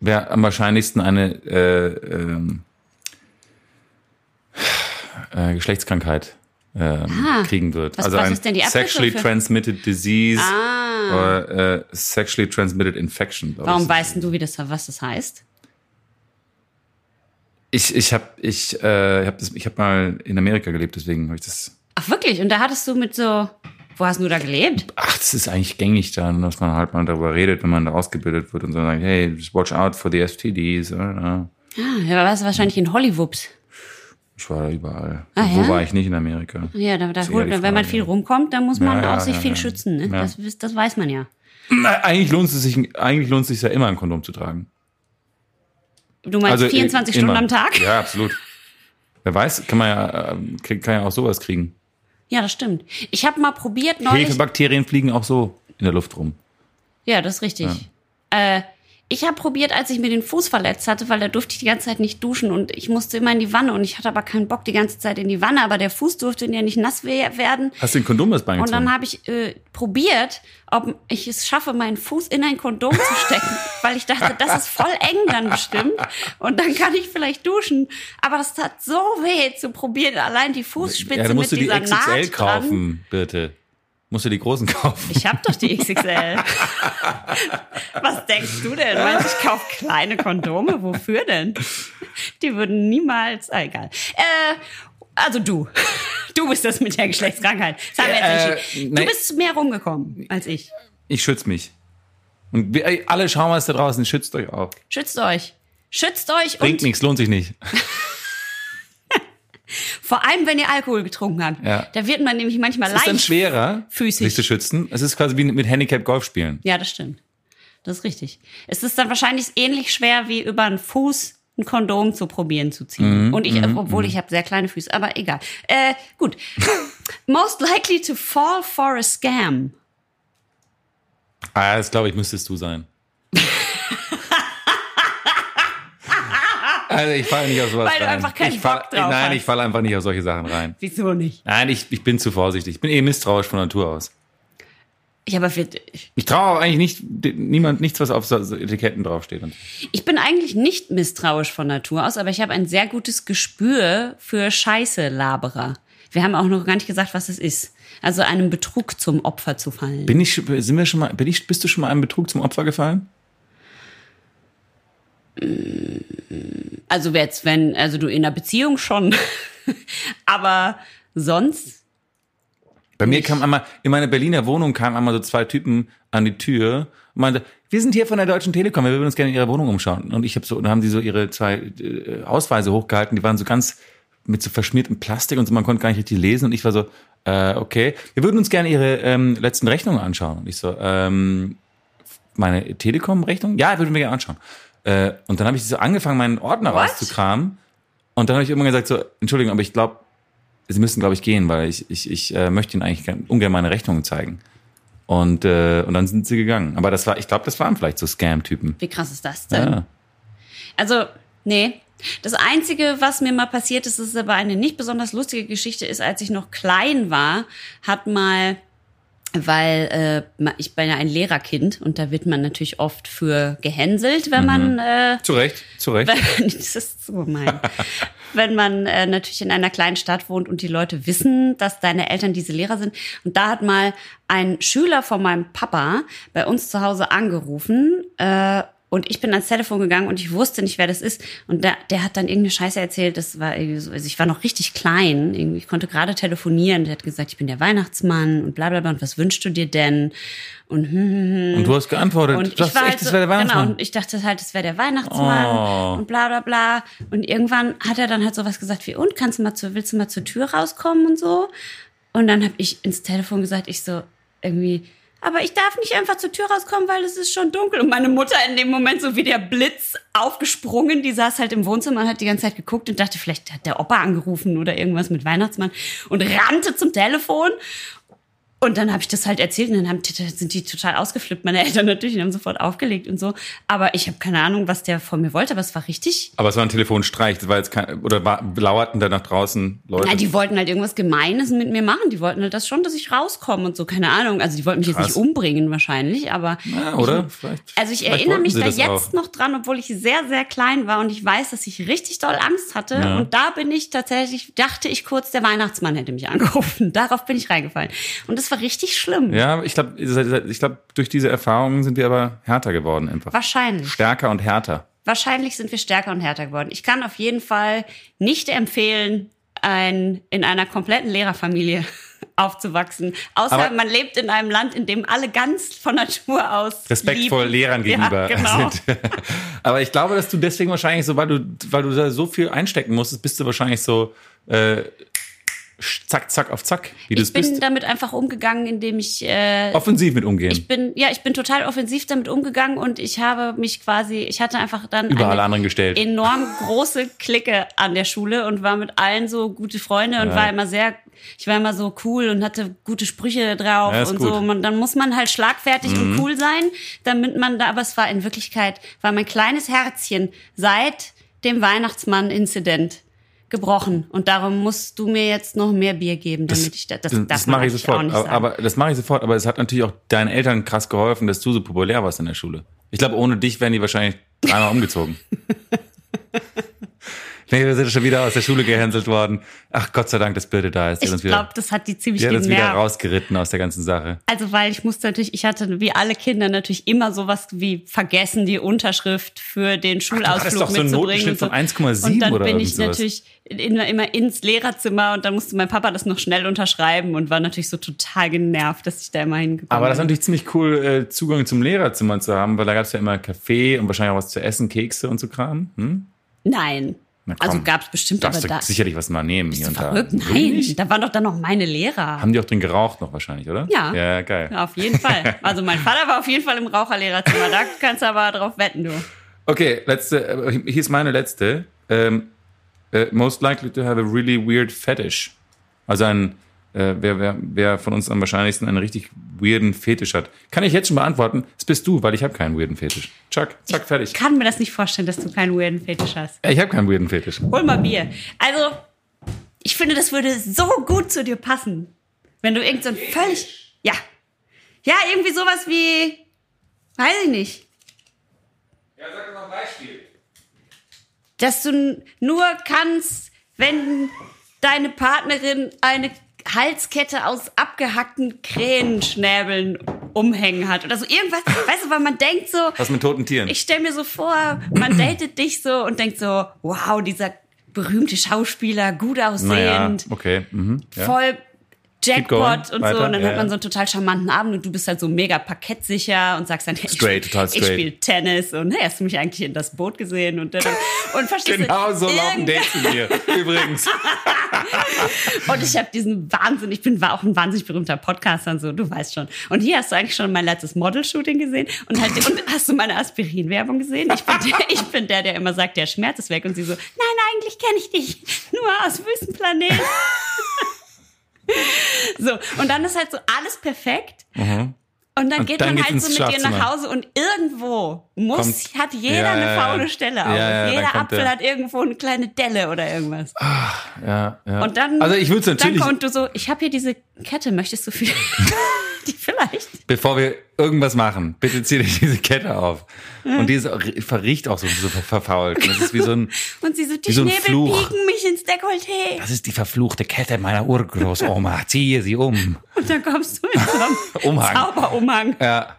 [SPEAKER 2] wer am wahrscheinlichsten eine äh, ähm, äh, Geschlechtskrankheit ähm, kriegen wird.
[SPEAKER 1] Ah, Was-
[SPEAKER 2] also
[SPEAKER 1] was
[SPEAKER 2] ein
[SPEAKER 1] ist denn die Abkürzung
[SPEAKER 2] Sexually
[SPEAKER 1] für- Ah.
[SPEAKER 2] Transmitted Disease oder äh, Sexually Transmitted Infection. glaub
[SPEAKER 1] Warum
[SPEAKER 2] ich.
[SPEAKER 1] weißt denn du, wie das, was das heißt?
[SPEAKER 2] Ich, ich habe ich, äh, hab das- ich hab mal in Amerika gelebt, deswegen habe ich das
[SPEAKER 1] Ach wirklich? Und da hattest du mit so, wo hast du da gelebt?
[SPEAKER 2] ach, das ist eigentlich gängig dann, dass man halt mal darüber redet, wenn man da ausgebildet wird und so sagt, hey, just watch out for the STDs.
[SPEAKER 1] Ah,
[SPEAKER 2] oder?
[SPEAKER 1] da warst du wahrscheinlich in Hollywood.
[SPEAKER 2] Ich war da überall.
[SPEAKER 1] Ah,
[SPEAKER 2] Wo
[SPEAKER 1] ja?
[SPEAKER 2] war ich nicht in Amerika?
[SPEAKER 1] Ja, da, da
[SPEAKER 2] Ist eher
[SPEAKER 1] holt,
[SPEAKER 2] die
[SPEAKER 1] man- wenn man
[SPEAKER 2] Frage.
[SPEAKER 1] viel rumkommt, dann muss man
[SPEAKER 2] Ja,
[SPEAKER 1] auch
[SPEAKER 2] ja,
[SPEAKER 1] sich
[SPEAKER 2] ja,
[SPEAKER 1] viel
[SPEAKER 2] ja.
[SPEAKER 1] schützen. Ne?
[SPEAKER 2] Ja.
[SPEAKER 1] Das, wisst- das weiß man ja.
[SPEAKER 2] Eigentlich lohnt es sich, eigentlich lohnt es sich ja immer ein Kondom zu tragen.
[SPEAKER 1] Du meinst 24
[SPEAKER 2] Also, i-
[SPEAKER 1] Stunden
[SPEAKER 2] immer.
[SPEAKER 1] am Tag?
[SPEAKER 2] Ja, absolut. Wer weiß, kann man ja, ähm, krieg- kann ja auch sowas kriegen.
[SPEAKER 1] Ja, das stimmt. Ich habe mal probiert neulich.
[SPEAKER 2] Hefebakterien fliegen auch so in der Luft rum.
[SPEAKER 1] Ja, das ist richtig. Äh, ich habe probiert, als ich mir den Fuß verletzt hatte, weil da durfte ich die ganze Zeit nicht duschen und ich musste immer in die Wanne und ich hatte aber keinen Bock die ganze Zeit in die Wanne, aber der Fuß durfte ja nicht nass we- werden.
[SPEAKER 2] Hast du ein Kondom das Bein
[SPEAKER 1] Und
[SPEAKER 2] gezogen?
[SPEAKER 1] dann habe ich äh, probiert, ob ich es schaffe, meinen Fuß in ein Kondom zu stecken, weil ich dachte, das ist voll eng dann bestimmt. Und dann kann ich vielleicht duschen. Aber das tat so weh zu probieren, allein die Fußspitze
[SPEAKER 2] ja, dann musst du
[SPEAKER 1] mit
[SPEAKER 2] die
[SPEAKER 1] dieser
[SPEAKER 2] XXL
[SPEAKER 1] Naht dran.
[SPEAKER 2] kaufen, bitte. Musst du die großen kaufen.
[SPEAKER 1] Ich habe doch die XXL. Was denkst du denn? Meinst du, ich kaufe kleine Kondome? Wofür denn? Die würden niemals. Ah, egal. Äh, also du. Du bist das mit der Geschlechtskrankheit. Das haben wir jetzt
[SPEAKER 2] Äh,
[SPEAKER 1] entschieden.
[SPEAKER 2] nein.
[SPEAKER 1] Du bist mehr rumgekommen als ich.
[SPEAKER 2] Ich schütze mich. Und wir, ey, alle Schaumeister draußen, schützt euch auch.
[SPEAKER 1] Schützt euch. Schützt euch
[SPEAKER 2] Bringt
[SPEAKER 1] und
[SPEAKER 2] nichts, lohnt sich nicht.
[SPEAKER 1] vor allem, wenn ihr Alkohol getrunken habt.
[SPEAKER 2] Ja.
[SPEAKER 1] Da wird man nämlich manchmal
[SPEAKER 2] Es ist dann
[SPEAKER 1] leicht.
[SPEAKER 2] schwerer,
[SPEAKER 1] Füßig.
[SPEAKER 2] sich zu schützen. Es ist quasi wie mit Handicap Golf spielen.
[SPEAKER 1] Ja, das stimmt. Das ist richtig. Es ist dann wahrscheinlich ähnlich schwer wie über einen Fuß ein Kondom zu probieren zu ziehen. Und ich, obwohl ich habe sehr kleine Füße, aber egal. Äh, gut. Most likely to fall for a scam.
[SPEAKER 2] Ah, das glaube ich, müsstest du sein. also ich falle nicht auf sowas
[SPEAKER 1] Weil du
[SPEAKER 2] rein.
[SPEAKER 1] einfach keinen
[SPEAKER 2] ich fall,
[SPEAKER 1] Bock drauf
[SPEAKER 2] Nein,
[SPEAKER 1] hast.
[SPEAKER 2] ich falle einfach nicht auf solche Sachen rein.
[SPEAKER 1] Wieso nicht?
[SPEAKER 2] Nein, ich, ich bin zu vorsichtig. Ich bin eh misstrauisch von Natur aus.
[SPEAKER 1] Ja, aber wir, ich
[SPEAKER 2] Ich traue auch eigentlich nicht, niemand nichts, was auf so so Etiketten draufsteht. Und
[SPEAKER 1] ich bin eigentlich nicht misstrauisch von Natur aus, aber ich habe ein sehr gutes Gespür für Scheiße-Laberer. Wir haben auch noch gar nicht gesagt, was es ist. Also einem Betrug zum Opfer zu fallen.
[SPEAKER 2] Bin ich, schon- sind wir schon mal, bin ich, bist du schon mal einem Betrug zum Opfer gefallen?
[SPEAKER 1] Also jetzt, wenn, also du in einer Beziehung schon, aber sonst,
[SPEAKER 2] Bei mir kam einmal, in meiner Berliner Wohnung kamen einmal so zwei Typen an die Tür und meinte, wir sind hier von der Deutschen Telekom, wir würden uns gerne in ihrer Wohnung umschauen. Und ich habe so, und dann haben die so ihre zwei äh, Ausweise hochgehalten, die waren so ganz mit so verschmiertem Plastik und so, man konnte gar nicht richtig lesen. Und ich war so, äh, okay, wir würden uns gerne ihre ähm, letzten Rechnungen anschauen. Und ich so, ähm, meine Telekom-Rechnung? Ja, würden wir gerne anschauen. Äh, und dann habe ich so angefangen, meinen Ordner
[SPEAKER 1] What?
[SPEAKER 2] rauszukramen. Und dann habe ich irgendwann gesagt, so, Entschuldigung, aber ich glaube, sie müssen, glaube ich, gehen, weil ich, ich, ich äh, möchte ihnen eigentlich gern- ungern meine Rechnungen zeigen. Und, äh, und dann sind sie gegangen. Aber das war, ich glaube, das waren vielleicht so Scam-Typen.
[SPEAKER 1] wie krass ist das denn?
[SPEAKER 2] Ja.
[SPEAKER 1] Also, nee. Das Einzige, was mir mal passiert ist, ist aber eine nicht besonders lustige Geschichte, ist, als ich noch klein war, hat mal, weil äh, ich bin ja ein Lehrerkind und da wird man natürlich oft für gehänselt, wenn man äh,
[SPEAKER 2] Zu Recht, zu Recht.
[SPEAKER 1] wenn, das ist so gemein. wenn man äh, natürlich in einer kleinen Stadt wohnt und die Leute wissen, dass deine Eltern diese Lehrer sind. Und da hat mal ein Schüler von meinem Papa bei uns zu Hause angerufen. Äh, und ich bin ans Telefon gegangen und ich wusste nicht, wer das ist. Und der, der hat dann irgendeine Scheiße erzählt. Das war irgendwie so, also ich war noch richtig klein. Irgendwie, ich konnte gerade telefonieren. Der hat gesagt, ich bin der Weihnachtsmann und bla bla bla. Und was wünschst du dir denn? Und hm, hm, hm.
[SPEAKER 2] Und du hast geantwortet.
[SPEAKER 1] Und
[SPEAKER 2] du sagst
[SPEAKER 1] ich war halt
[SPEAKER 2] echt,
[SPEAKER 1] so,
[SPEAKER 2] Genau, das wäre der Weihnachtsmann.
[SPEAKER 1] Genau, und ich dachte halt, das wäre der Weihnachtsmann
[SPEAKER 2] Oh.
[SPEAKER 1] und bla bla bla. Und irgendwann hat er dann halt sowas gesagt wie, und kannst du mal zu, willst du mal zur Tür rauskommen und so? Und dann habe ich ins Telefon gesagt, ich so irgendwie, aber ich darf nicht einfach zur Tür rauskommen, weil es ist schon dunkel. Und meine Mutter in dem Moment so wie der Blitz aufgesprungen, die saß halt im Wohnzimmer und hat die ganze Zeit geguckt und dachte, vielleicht hat der Opa angerufen oder irgendwas mit Weihnachtsmann und rannte zum Telefon und dann habe ich das halt erzählt und dann haben, sind die total ausgeflippt, meine Eltern natürlich, und haben sofort aufgelegt und so. Aber ich habe keine Ahnung, was der von mir wollte, aber es war richtig.
[SPEAKER 2] Aber es war ein Telefonstreich, das war jetzt kein, oder war, lauerten da nach draußen Leute.
[SPEAKER 1] Na, die wollten halt irgendwas Gemeines mit mir machen. Die wollten halt das schon, dass ich rauskomme und so, keine Ahnung. Also die wollten mich
[SPEAKER 2] Krass.
[SPEAKER 1] jetzt nicht umbringen wahrscheinlich, aber.
[SPEAKER 2] Ja, oder?
[SPEAKER 1] Ich,
[SPEAKER 2] Vielleicht-
[SPEAKER 1] also ich
[SPEAKER 2] vielleicht
[SPEAKER 1] erinnere
[SPEAKER 2] wollten
[SPEAKER 1] mich
[SPEAKER 2] sie
[SPEAKER 1] da
[SPEAKER 2] das
[SPEAKER 1] jetzt
[SPEAKER 2] auch.
[SPEAKER 1] noch dran, obwohl ich sehr, sehr klein war und ich weiß, dass ich richtig doll Angst hatte.
[SPEAKER 2] Ja.
[SPEAKER 1] Und da bin ich tatsächlich, dachte ich kurz, der Weihnachtsmann hätte mich angerufen. Darauf bin ich reingefallen. Und das war richtig schlimm.
[SPEAKER 2] ja, ich glaube, ich glaub, durch diese Erfahrungen sind wir aber härter geworden einfach.
[SPEAKER 1] Wahrscheinlich.
[SPEAKER 2] Stärker und härter.
[SPEAKER 1] Wahrscheinlich sind wir stärker und härter geworden. Ich kann auf jeden Fall nicht empfehlen, ein, in einer kompletten Lehrerfamilie aufzuwachsen. Außer
[SPEAKER 2] Aber-
[SPEAKER 1] man lebt in einem Land, in dem alle ganz von Natur aus
[SPEAKER 2] respektvoll
[SPEAKER 1] lieb-
[SPEAKER 2] Lehrern gegenüber Also,
[SPEAKER 1] ja, genau.
[SPEAKER 2] sind. Aber ich glaube, dass du deswegen wahrscheinlich so, weil du, weil du da so viel einstecken musstest, bist du wahrscheinlich so äh, sch- zack, zack auf zack, wie du es
[SPEAKER 1] Ich bin
[SPEAKER 2] bist.
[SPEAKER 1] damit einfach umgegangen, indem ich äh,
[SPEAKER 2] Offensiv mit umgehen.
[SPEAKER 1] ich bin ja ich bin total offensiv damit umgegangen und ich habe mich quasi ich hatte einfach dann
[SPEAKER 2] Über alle
[SPEAKER 1] eine
[SPEAKER 2] anderen gestellt.
[SPEAKER 1] enorm große Clique an der Schule und war mit allen so gute Freunde und
[SPEAKER 2] Ja.
[SPEAKER 1] war immer sehr ich war immer so cool und hatte gute Sprüche drauf
[SPEAKER 2] Ja, ist
[SPEAKER 1] und
[SPEAKER 2] gut. Mhm.
[SPEAKER 1] so man, dann muss man halt schlagfertig und cool sein damit man da aber es war in Wirklichkeit war mein kleines Herzchen seit dem Weihnachtsmann Inzident gebrochen und darum musst du mir jetzt noch mehr Bier geben damit ich da, das,
[SPEAKER 2] das
[SPEAKER 1] darf
[SPEAKER 2] das
[SPEAKER 1] man
[SPEAKER 2] mache ich
[SPEAKER 1] eigentlich auch
[SPEAKER 2] sofort.
[SPEAKER 1] nicht
[SPEAKER 2] Aber,
[SPEAKER 1] sagen.
[SPEAKER 2] aber das mache ich sofort. Aber es hat natürlich auch deinen Eltern krass geholfen, dass du so populär warst in der Schule. Ich glaube, ohne dich wären die wahrscheinlich dreimal umgezogen. Nee, wir sind schon wieder aus der Schule gehänselt worden. Ach Gott sei Dank, dass Birte da ist. Die hat
[SPEAKER 1] Ich
[SPEAKER 2] uns wieder,
[SPEAKER 1] glaube, das hat die ziemlich
[SPEAKER 2] die hat uns wieder
[SPEAKER 1] genervt.
[SPEAKER 2] rausgeritten aus der ganzen Sache.
[SPEAKER 1] Also, weil ich musste natürlich, ich hatte wie alle Kinder natürlich immer sowas wie vergessen, die Unterschrift für den
[SPEAKER 2] hattest
[SPEAKER 1] Schulausflug
[SPEAKER 2] doch so einen
[SPEAKER 1] mitzubringen.
[SPEAKER 2] Notenschnitt
[SPEAKER 1] und so.
[SPEAKER 2] von 1,7
[SPEAKER 1] Und dann
[SPEAKER 2] oder
[SPEAKER 1] bin
[SPEAKER 2] irgend
[SPEAKER 1] ich
[SPEAKER 2] sowas.
[SPEAKER 1] natürlich immer, immer ins Lehrerzimmer und dann musste mein Papa das noch schnell unterschreiben und war natürlich so total genervt, dass ich da immer hingekommen
[SPEAKER 2] Aber das ist
[SPEAKER 1] bin.
[SPEAKER 2] natürlich ziemlich cool, äh, Zugang zum Lehrerzimmer zu haben, weil da gab es ja immer Kaffee und wahrscheinlich auch was zu essen, Kekse und so Kram. Hm?
[SPEAKER 1] Nein.
[SPEAKER 2] Na komm,
[SPEAKER 1] Also gab's bestimmt, aber
[SPEAKER 2] Darfst du
[SPEAKER 1] da.
[SPEAKER 2] sicherlich was mal nehmen hier
[SPEAKER 1] Bist du
[SPEAKER 2] und da.
[SPEAKER 1] verrückt? Nein, da waren doch dann noch meine Lehrer.
[SPEAKER 2] Haben die auch drin geraucht noch wahrscheinlich, oder?
[SPEAKER 1] Ja.
[SPEAKER 2] Ja, geil.
[SPEAKER 1] Ja, auf jeden Fall. Also mein Vater war auf jeden Fall im Raucherlehrerzimmer. Da kannst du aber drauf wetten, du.
[SPEAKER 2] Okay, letzte, äh, hier ist meine letzte. Ähm, äh, most likely to have a really weird fetish. Also ein, äh, wer, wer, wer von uns am wahrscheinlichsten einen richtig weirden Fetisch hat. Kann ich jetzt schon beantworten, das bist du, weil ich habe keinen weirden Fetisch. Chuck, zack, fertig. Äh,
[SPEAKER 1] Ich kann mir das nicht vorstellen, dass du keinen weirden Fetisch hast.
[SPEAKER 2] Ich habe keinen weirden Fetisch.
[SPEAKER 1] Hol mal Bier. Also, ich finde, das würde so gut zu dir passen. Wenn du irgend so ein völlig. Ja. Ja, irgendwie sowas wie. Weiß ich nicht.
[SPEAKER 2] Ja, sag mal ein Beispiel.
[SPEAKER 1] Dass du n- nur kannst, wenn deine Partnerin eine Halskette aus abgehackten Krähenschnäbeln umhängen hat. Oder so irgendwas. weißt du, weil man denkt so.
[SPEAKER 2] Was mit toten Tieren?
[SPEAKER 1] ich stelle mir so vor, man datet dich so und denkt so, wow, dieser berühmte Schauspieler, gut aussehend,
[SPEAKER 2] naja, okay. Mhm, ja.
[SPEAKER 1] voll
[SPEAKER 2] going,
[SPEAKER 1] Jackpot und so.
[SPEAKER 2] weiter,
[SPEAKER 1] Und dann
[SPEAKER 2] ja,
[SPEAKER 1] hat man
[SPEAKER 2] ja.
[SPEAKER 1] so einen total charmanten Abend und du bist halt so mega parkettsicher und sagst dann, hey,
[SPEAKER 2] Straight,
[SPEAKER 1] ich,
[SPEAKER 2] total
[SPEAKER 1] ich
[SPEAKER 2] straight.
[SPEAKER 1] spiele Tennis und hey, hast du mich eigentlich in das Boot gesehen? Und, dann- und verstehst du,
[SPEAKER 2] Genau so laufen
[SPEAKER 1] irgend-
[SPEAKER 2] Dates mit mir. Übrigens.
[SPEAKER 1] Und ich habe diesen Wahnsinn, ich bin war auch ein wahnsinnig berühmter Podcaster und so, du weißt schon. Und hier hast du eigentlich schon mein letztes Model-Shooting gesehen und, halt, und hast du meine Aspirin-Werbung gesehen? Ich bin, der, ich bin der, der immer sagt, der Schmerz ist weg und sie so, nein, eigentlich kenne ich dich nur aus Wüstenplanet. so, und dann ist halt so alles perfekt. Und dann
[SPEAKER 2] Mhm. Und
[SPEAKER 1] geht
[SPEAKER 2] dann
[SPEAKER 1] man
[SPEAKER 2] geht's
[SPEAKER 1] halt so
[SPEAKER 2] ins
[SPEAKER 1] mit dir nach
[SPEAKER 2] Schlafzimmer.
[SPEAKER 1] Hause und irgendwo muss,
[SPEAKER 2] Kommt-
[SPEAKER 1] hat jeder
[SPEAKER 2] Ja, ja,
[SPEAKER 1] eine
[SPEAKER 2] ja.
[SPEAKER 1] faule Stelle auf.
[SPEAKER 2] Ja, ja, dann
[SPEAKER 1] jeder
[SPEAKER 2] kommt
[SPEAKER 1] Apfel
[SPEAKER 2] der-
[SPEAKER 1] hat irgendwo eine kleine Delle oder irgendwas.
[SPEAKER 2] Ja, ja.
[SPEAKER 1] Und dann,
[SPEAKER 2] also ich würde es natürlich,
[SPEAKER 1] dann kommt du so, ich habe hier diese Kette, möchtest du viel? die vielleicht.
[SPEAKER 2] bevor wir irgendwas machen, bitte zieh dich diese Kette auf. Und die ist, auch- verriecht auch so, so ver- verfault. Und Das ist wie so ein,
[SPEAKER 1] Und sie so, die
[SPEAKER 2] Wie so ein
[SPEAKER 1] Schnäbel
[SPEAKER 2] Fluch.
[SPEAKER 1] biegen mich ins Dekolleté.
[SPEAKER 2] das ist die verfluchte Kette meiner Urgroßoma. Ziehe sie um.
[SPEAKER 1] Und dann kommst du mit so einem
[SPEAKER 2] Umhang.
[SPEAKER 1] Zauberumhang
[SPEAKER 2] Ja.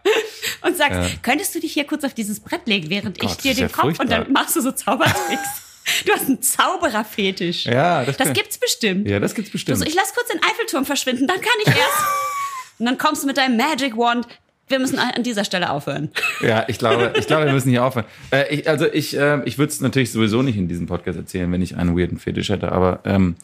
[SPEAKER 1] und sagst, könntest du dich hier kurz auf dieses Brett legen, während ich
[SPEAKER 2] Gott,
[SPEAKER 1] dir
[SPEAKER 2] das ist
[SPEAKER 1] den
[SPEAKER 2] ja
[SPEAKER 1] Kopf und
[SPEAKER 2] furchtbar.
[SPEAKER 1] dann machst du so Zaubertricks. du hast einen Zaubererfetisch.
[SPEAKER 2] Ja, das
[SPEAKER 1] das
[SPEAKER 2] kann-
[SPEAKER 1] gibt's bestimmt.
[SPEAKER 2] Ja, das gibt's bestimmt.
[SPEAKER 1] Du so, ich lass kurz den Eiffelturm verschwinden, dann kann ich erst. und dann kommst du mit deinem Magic Wand. Wir müssen an an dieser Stelle aufhören.
[SPEAKER 2] Ja, ich glaube, ich glaube, wir müssen hier aufhören. Äh, ich, also ich, äh, ich würde es natürlich sowieso nicht in diesem Podcast erzählen, wenn ich einen weirden Fetisch hätte, aber, ähm,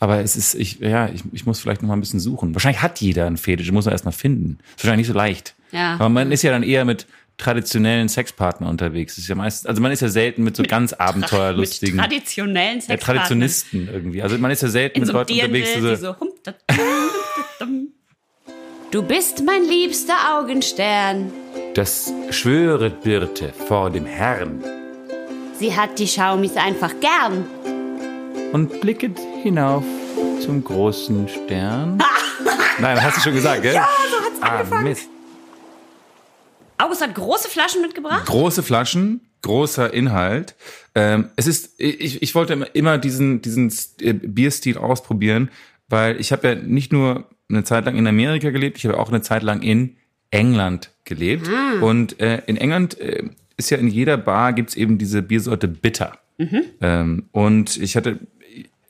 [SPEAKER 2] aber es ist, ich, ja, ich, ich muss vielleicht noch mal ein bisschen suchen. Wahrscheinlich hat jeder einen Fetisch, den muss man erst mal finden. Ist wahrscheinlich nicht so leicht.
[SPEAKER 1] Ja.
[SPEAKER 2] Aber man ist ja dann eher mit traditionellen Sexpartnern unterwegs. Das Ist ja meistens, also man ist ja selten mit so ganz abenteuerlustigen
[SPEAKER 1] Mit traditionellen
[SPEAKER 2] ja,
[SPEAKER 1] Sexpartnern.
[SPEAKER 2] Traditionisten irgendwie. Also man ist ja selten
[SPEAKER 1] in
[SPEAKER 2] mit
[SPEAKER 1] so einem
[SPEAKER 2] Leuten
[SPEAKER 1] Dirndl,
[SPEAKER 2] unterwegs. die
[SPEAKER 1] die
[SPEAKER 2] so-
[SPEAKER 1] so hum, da, dum, da, dum. Du bist mein liebster Augenstern.
[SPEAKER 2] Das schwöret Birte vor dem Herrn
[SPEAKER 1] Sie hat die Schaumis einfach gern.
[SPEAKER 2] und blicket hinauf zum großen Stern. Nein, hast du schon gesagt, gell? Ja, so hat's angefangen. Ah, Mist.
[SPEAKER 1] August hat große Flaschen mitgebracht.
[SPEAKER 2] Große Flaschen, großer Inhalt. Ähm, es ist, ich, ich wollte immer- immer diesen, diesen äh, Bierstil ausprobieren, weil ich habe ja nicht nur eine Zeit lang in Amerika gelebt, ich habe auch eine Zeit lang in England gelebt. Und äh, in England äh, ist ja in jeder Bar gibt's eben diese Biersorte Bitter. Ähm, und ich hatte,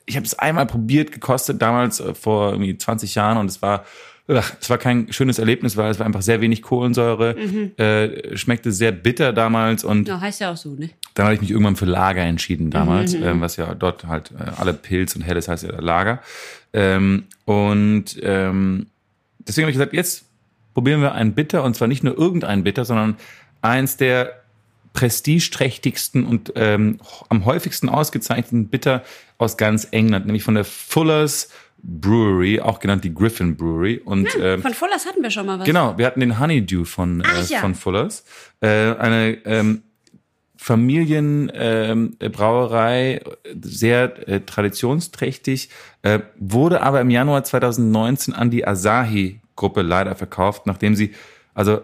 [SPEAKER 2] ich habe es einmal probiert, gekostet, damals äh, vor irgendwie 20 Jahren und es war, ach, es war kein schönes Erlebnis, weil es war einfach sehr wenig Kohlensäure, äh, schmeckte sehr bitter damals und
[SPEAKER 1] Ja, heißt ja auch so, ne?
[SPEAKER 2] dann habe ich mich irgendwann für Lager entschieden damals, ähm, was ja dort halt äh, alle Pilz und Helles heißt ja Lager. Ähm, und ähm, deswegen habe ich gesagt, jetzt probieren wir einen Bitter und zwar nicht nur irgendeinen Bitter, sondern eins der prestigeträchtigsten und ähm, ho- am häufigsten ausgezeichneten Bitter aus ganz England, nämlich von der Fuller's Brewery, auch genannt die Griffin Brewery. Und ähm,
[SPEAKER 1] Von Fullers hatten wir schon mal was.
[SPEAKER 2] Genau, wir hatten den Honeydew von,
[SPEAKER 1] Ach
[SPEAKER 2] äh,
[SPEAKER 1] ja.
[SPEAKER 2] von Fullers. Äh, eine ähm, Familienbrauerei, ähm, Brauerei, sehr äh, traditionsträchtig, äh, wurde aber im Januar 2019 an die Asahi-Gruppe leider verkauft, nachdem sie also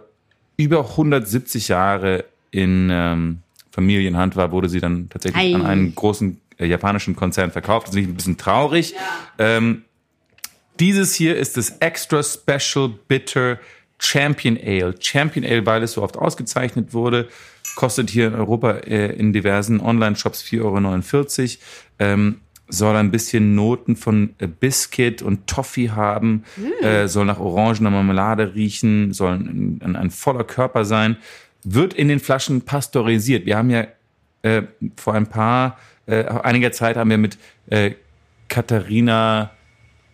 [SPEAKER 2] über 170 Jahre in ähm, Familienhand war, wurde sie dann tatsächlich
[SPEAKER 1] Ei.
[SPEAKER 2] an einen großen äh, japanischen Konzern verkauft. Das ist nicht ein bisschen traurig. Ähm, dieses hier ist das Extra Special Bitter Champion Ale. Champion Ale, weil es so oft ausgezeichnet wurde, kostet hier in Europa äh, in diversen Online-Shops 4,49 Euro. Ähm, soll ein bisschen Noten von äh, Biscuit und Toffee haben, äh, soll nach orangener Marmelade riechen, soll ein, ein, ein voller Körper sein, wird in den Flaschen pasteurisiert. Wir haben ja äh, vor ein paar, äh, einiger Zeit haben wir mit äh, Katharina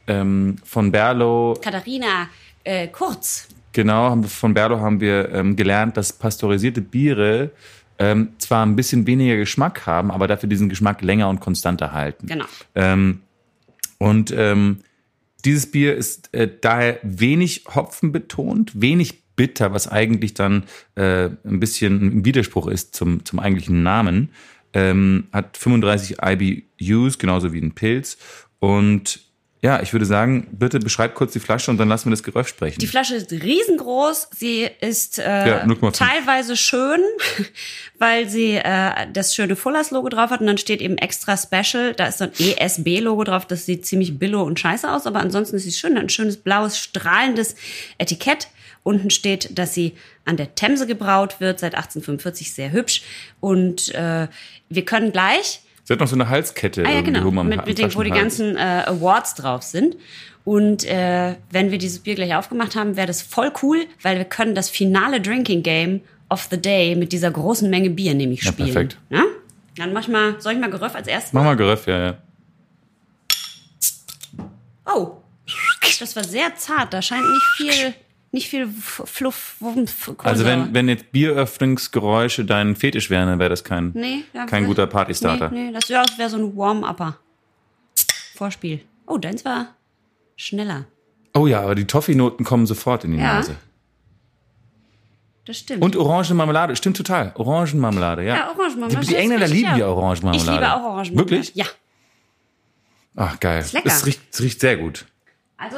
[SPEAKER 2] ähm, von Berlo,
[SPEAKER 1] Katharina äh, Kurz.
[SPEAKER 2] genau, haben wir- von Berlo haben wir ähm, gelernt, dass pasteurisierte Biere ähm, zwar ein bisschen weniger Geschmack haben, aber dafür diesen Geschmack länger und konstanter halten.
[SPEAKER 1] Genau.
[SPEAKER 2] Ähm, und ähm, dieses Bier ist äh, daher wenig Hopfen betont, wenig bitter, was eigentlich dann äh, ein bisschen ein Widerspruch ist zum, zum eigentlichen Namen. Ähm, hat 35 IBUs, genauso wie ein Pilz. Und ja, ich würde sagen, bitte beschreib kurz die Flasche und dann lassen wir das Geräusch sprechen.
[SPEAKER 1] Die Flasche ist riesengroß. Sie ist äh,
[SPEAKER 2] Ja, 0,5.
[SPEAKER 1] teilweise schön, weil sie äh, das schöne Fullers-Logo drauf hat. Und dann steht eben extra Special. Da ist so ein E ESB-Logo drauf. Das sieht ziemlich billo und scheiße aus. Aber ansonsten ist sie schön. Ein schönes blaues, strahlendes Etikett. Unten steht, dass sie an der Themse gebraut wird, seit 1845. Sehr hübsch. Und äh, wir können gleich
[SPEAKER 2] Sie hat noch so eine Halskette
[SPEAKER 1] Ah ja,
[SPEAKER 2] irgendwie
[SPEAKER 1] genau.
[SPEAKER 2] rum am
[SPEAKER 1] Mit,
[SPEAKER 2] am
[SPEAKER 1] mit dem, wo die
[SPEAKER 2] Flaschenhals.
[SPEAKER 1] ganzen äh, Awards drauf sind. Und äh, wenn wir dieses Bier gleich aufgemacht haben, wäre das voll cool, weil wir können das finale Drinking Game of the Day mit dieser großen Menge Bier nämlich
[SPEAKER 2] Ja,
[SPEAKER 1] spielen.
[SPEAKER 2] perfekt.
[SPEAKER 1] Ja? Dann mach ich mal, soll ich mal Geröff als erstes?
[SPEAKER 2] Mach mal Geröff, ja, ja.
[SPEAKER 1] Oh, das war sehr zart. Da scheint nicht viel, nicht viel F- Fluff. Wumpf,
[SPEAKER 2] Also wenn,
[SPEAKER 1] Kohlensäure.
[SPEAKER 2] wenn jetzt Bieröffnungsgeräusche dein Fetisch wären, dann wäre das kein,
[SPEAKER 1] nee, da-
[SPEAKER 2] kein guter Partystarter.
[SPEAKER 1] Nee, nee das wäre wär so ein Warm-Upper. Vorspiel. Oh, deins war schneller.
[SPEAKER 2] Oh ja, aber die Toffee-Noten kommen sofort in die
[SPEAKER 1] Ja.
[SPEAKER 2] Nase.
[SPEAKER 1] Das stimmt.
[SPEAKER 2] Und Orangenmarmelade, stimmt total. Orangenmarmelade, ja.
[SPEAKER 1] Ja, Orangenmarmelade,
[SPEAKER 2] Die,
[SPEAKER 1] das
[SPEAKER 2] die Engländer
[SPEAKER 1] riecht,
[SPEAKER 2] lieben
[SPEAKER 1] ja.
[SPEAKER 2] ja Orangenmarmelade.
[SPEAKER 1] Ich liebe auch Orangen.
[SPEAKER 2] Wirklich?
[SPEAKER 1] Ja.
[SPEAKER 2] Ach, geil.
[SPEAKER 1] lecker.
[SPEAKER 2] Es riecht, es riecht sehr gut.
[SPEAKER 1] Also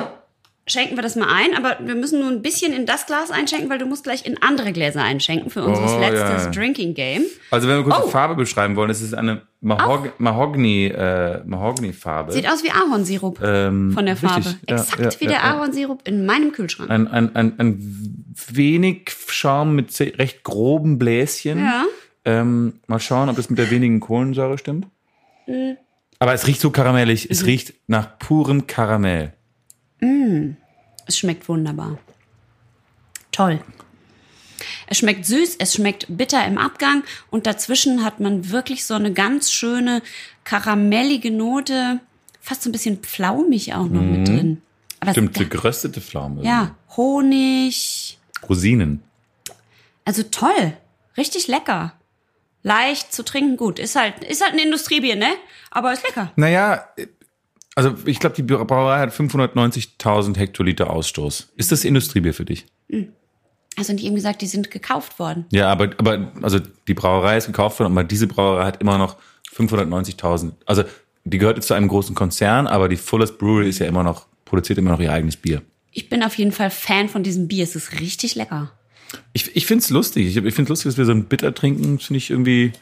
[SPEAKER 1] schenken wir das mal ein, aber wir müssen nur ein bisschen in das Glas einschenken, weil du musst gleich in andere Gläser einschenken für unseres
[SPEAKER 2] Oh,
[SPEAKER 1] letztes
[SPEAKER 2] ja.
[SPEAKER 1] Drinking Game.
[SPEAKER 2] Also wenn wir kurz
[SPEAKER 1] Oh.
[SPEAKER 2] die Farbe beschreiben wollen, es ist eine Mahog Mahogni, äh, Mahogni-Farbe.
[SPEAKER 1] Sieht aus wie Ahornsirup
[SPEAKER 2] Ähm,
[SPEAKER 1] von der Farbe.
[SPEAKER 2] richtig, ja,
[SPEAKER 1] Exakt
[SPEAKER 2] ja,
[SPEAKER 1] wie
[SPEAKER 2] ja,
[SPEAKER 1] der
[SPEAKER 2] ja.
[SPEAKER 1] Ahornsirup in meinem Kühlschrank.
[SPEAKER 2] ein, ein, ein, ein wenig Schaum mit sehr- recht groben Bläschen.
[SPEAKER 1] Ja.
[SPEAKER 2] Ähm, mal schauen, ob das mit der wenigen Kohlensäure stimmt.
[SPEAKER 1] Äh.
[SPEAKER 2] Aber es riecht so karamellig.
[SPEAKER 1] Mhm.
[SPEAKER 2] Es riecht nach purem Karamell.
[SPEAKER 1] Es schmeckt wunderbar. Toll. Es schmeckt süß, es schmeckt bitter im Abgang und dazwischen hat man wirklich so eine ganz schöne karamellige Note, fast so ein bisschen pflaumig auch noch mit drin. Aber es-
[SPEAKER 2] Mhm. Stimmt, die geröstete Pflaume.
[SPEAKER 1] Ja, Honig.
[SPEAKER 2] Rosinen.
[SPEAKER 1] Also toll. Richtig lecker. Leicht zu trinken, gut. Ist halt, ist halt ein Industriebier, ne? Aber ist lecker.
[SPEAKER 2] Naja, also ich glaube, die Brauerei hat 590.000 Hektoliter Ausstoß. Ist das Industriebier für dich?
[SPEAKER 1] Also nicht eben gesagt, die sind gekauft worden.
[SPEAKER 2] Ja, aber, aber also die Brauerei ist gekauft worden, aber diese Brauerei hat immer noch 590.000. Also die gehört jetzt zu einem großen Konzern, aber die Fullers Brewery ist ja immer noch, produziert immer noch ihr eigenes Bier.
[SPEAKER 1] Ich bin auf jeden Fall Fan von diesem Bier. Es ist richtig lecker.
[SPEAKER 2] Ich, ich finde es lustig. Ich, ich finde es lustig, dass wir so ein Bitter trinken. Das Finde ich irgendwie.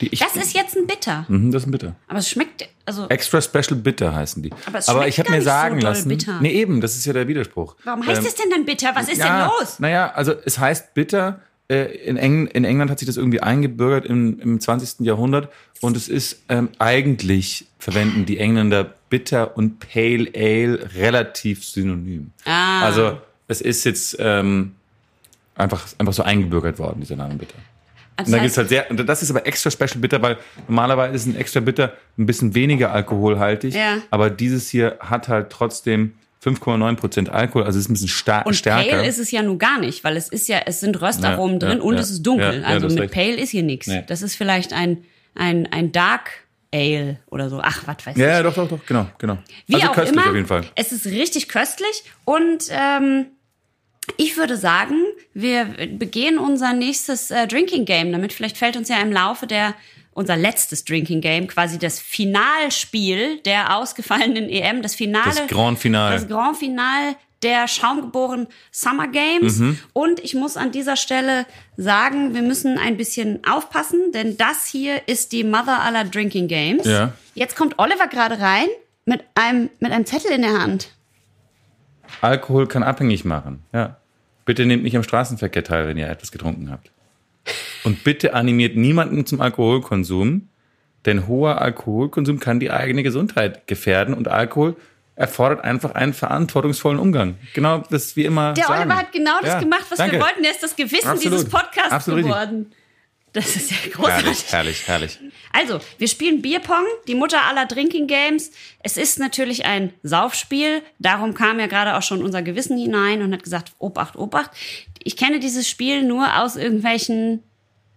[SPEAKER 2] Die, ich,
[SPEAKER 1] Das ist jetzt ein Bitter.
[SPEAKER 2] Mhm, das ist ein Bitter.
[SPEAKER 1] Aber es schmeckt, also,
[SPEAKER 2] Extra Special Bitter heißen die.
[SPEAKER 1] Aber es
[SPEAKER 2] aber
[SPEAKER 1] schmeckt
[SPEAKER 2] ich habe
[SPEAKER 1] gar
[SPEAKER 2] mir
[SPEAKER 1] nicht so
[SPEAKER 2] sagen
[SPEAKER 1] doll
[SPEAKER 2] lassen.
[SPEAKER 1] bitter.
[SPEAKER 2] Nee, eben, das ist ja der Widerspruch.
[SPEAKER 1] warum heißt
[SPEAKER 2] Ähm,
[SPEAKER 1] es denn dann Bitter? Was ist denn los?
[SPEAKER 2] Naja, also es heißt bitter. Äh, In, Eng in England hat sich das irgendwie eingebürgert im, im 20. Jahrhundert und es ist ähm, eigentlich verwenden die Engländer bitter und pale ale relativ synonym.
[SPEAKER 1] Ah.
[SPEAKER 2] Also es ist jetzt ähm, einfach einfach so eingebürgert worden dieser Name bitter.
[SPEAKER 1] Also
[SPEAKER 2] Und dann
[SPEAKER 1] das
[SPEAKER 2] gibt's
[SPEAKER 1] heißt,
[SPEAKER 2] halt sehr, und das ist aber extra special bitter, weil normalerweise ist ein extra bitter ein bisschen weniger alkoholhaltig.
[SPEAKER 1] Ja.
[SPEAKER 2] Aber dieses hier hat halt trotzdem 5,9% Alkohol, also ist ein bisschen star
[SPEAKER 1] und
[SPEAKER 2] stärker.
[SPEAKER 1] Pale ist es ja nun gar nicht, weil es ist ja, es sind Röstaromen
[SPEAKER 2] Ja, ja,
[SPEAKER 1] drin und
[SPEAKER 2] ja.
[SPEAKER 1] es ist dunkel.
[SPEAKER 2] Ja, ja,
[SPEAKER 1] also
[SPEAKER 2] das ist
[SPEAKER 1] mit
[SPEAKER 2] recht.
[SPEAKER 1] Pale ist hier nichts.
[SPEAKER 2] Nee.
[SPEAKER 1] Das ist vielleicht ein, ein, ein Dark Ale oder so. Ach, was weiß ich.
[SPEAKER 2] Ja, ja, doch, doch, doch, genau, genau.
[SPEAKER 1] Wie
[SPEAKER 2] also
[SPEAKER 1] auch
[SPEAKER 2] köstlich
[SPEAKER 1] immer,
[SPEAKER 2] auf jeden Fall.
[SPEAKER 1] Es ist richtig köstlich und ähm, ich würde sagen, wir begehen unser nächstes äh, Drinking Game. Damit vielleicht fällt uns ja im Laufe der unser letztes Drinking Game, quasi das Finalspiel der ausgefallenen EM, das Finale,
[SPEAKER 2] Das Grand Finale.
[SPEAKER 1] das Grand Finale der schaumgeboren Summer Games.
[SPEAKER 2] Mhm.
[SPEAKER 1] Und ich muss an dieser Stelle sagen, wir müssen ein bisschen aufpassen, denn das hier ist die Mother aller Drinking Games.
[SPEAKER 2] Ja.
[SPEAKER 1] Jetzt kommt Oliver gerade rein mit einem, mit einem Zettel in der Hand.
[SPEAKER 2] Alkohol kann abhängig machen. Ja. Bitte nehmt nicht am Straßenverkehr teil, wenn ihr etwas getrunken habt. Und bitte animiert niemanden zum Alkoholkonsum, denn hoher Alkoholkonsum kann die eigene Gesundheit gefährden und Alkohol erfordert einfach einen verantwortungsvollen Umgang. Genau das wie immer.
[SPEAKER 1] Der
[SPEAKER 2] sagen.
[SPEAKER 1] Oliver hat genau das
[SPEAKER 2] Ja,
[SPEAKER 1] gemacht, was
[SPEAKER 2] danke.
[SPEAKER 1] wir wollten. Er ist das Gewissen
[SPEAKER 2] Absolut.
[SPEAKER 1] dieses Podcasts
[SPEAKER 2] Absolut richtig.
[SPEAKER 1] geworden. Das ist ja großartig.
[SPEAKER 2] Herrlich, herrlich, herrlich.
[SPEAKER 1] Also, wir spielen Bierpong, die Mutter aller Drinking Games. Es ist natürlich ein Saufspiel. Darum kam ja gerade auch schon unser Gewissen hinein und hat gesagt, Obacht, Obacht. Ich kenne dieses Spiel nur aus irgendwelchen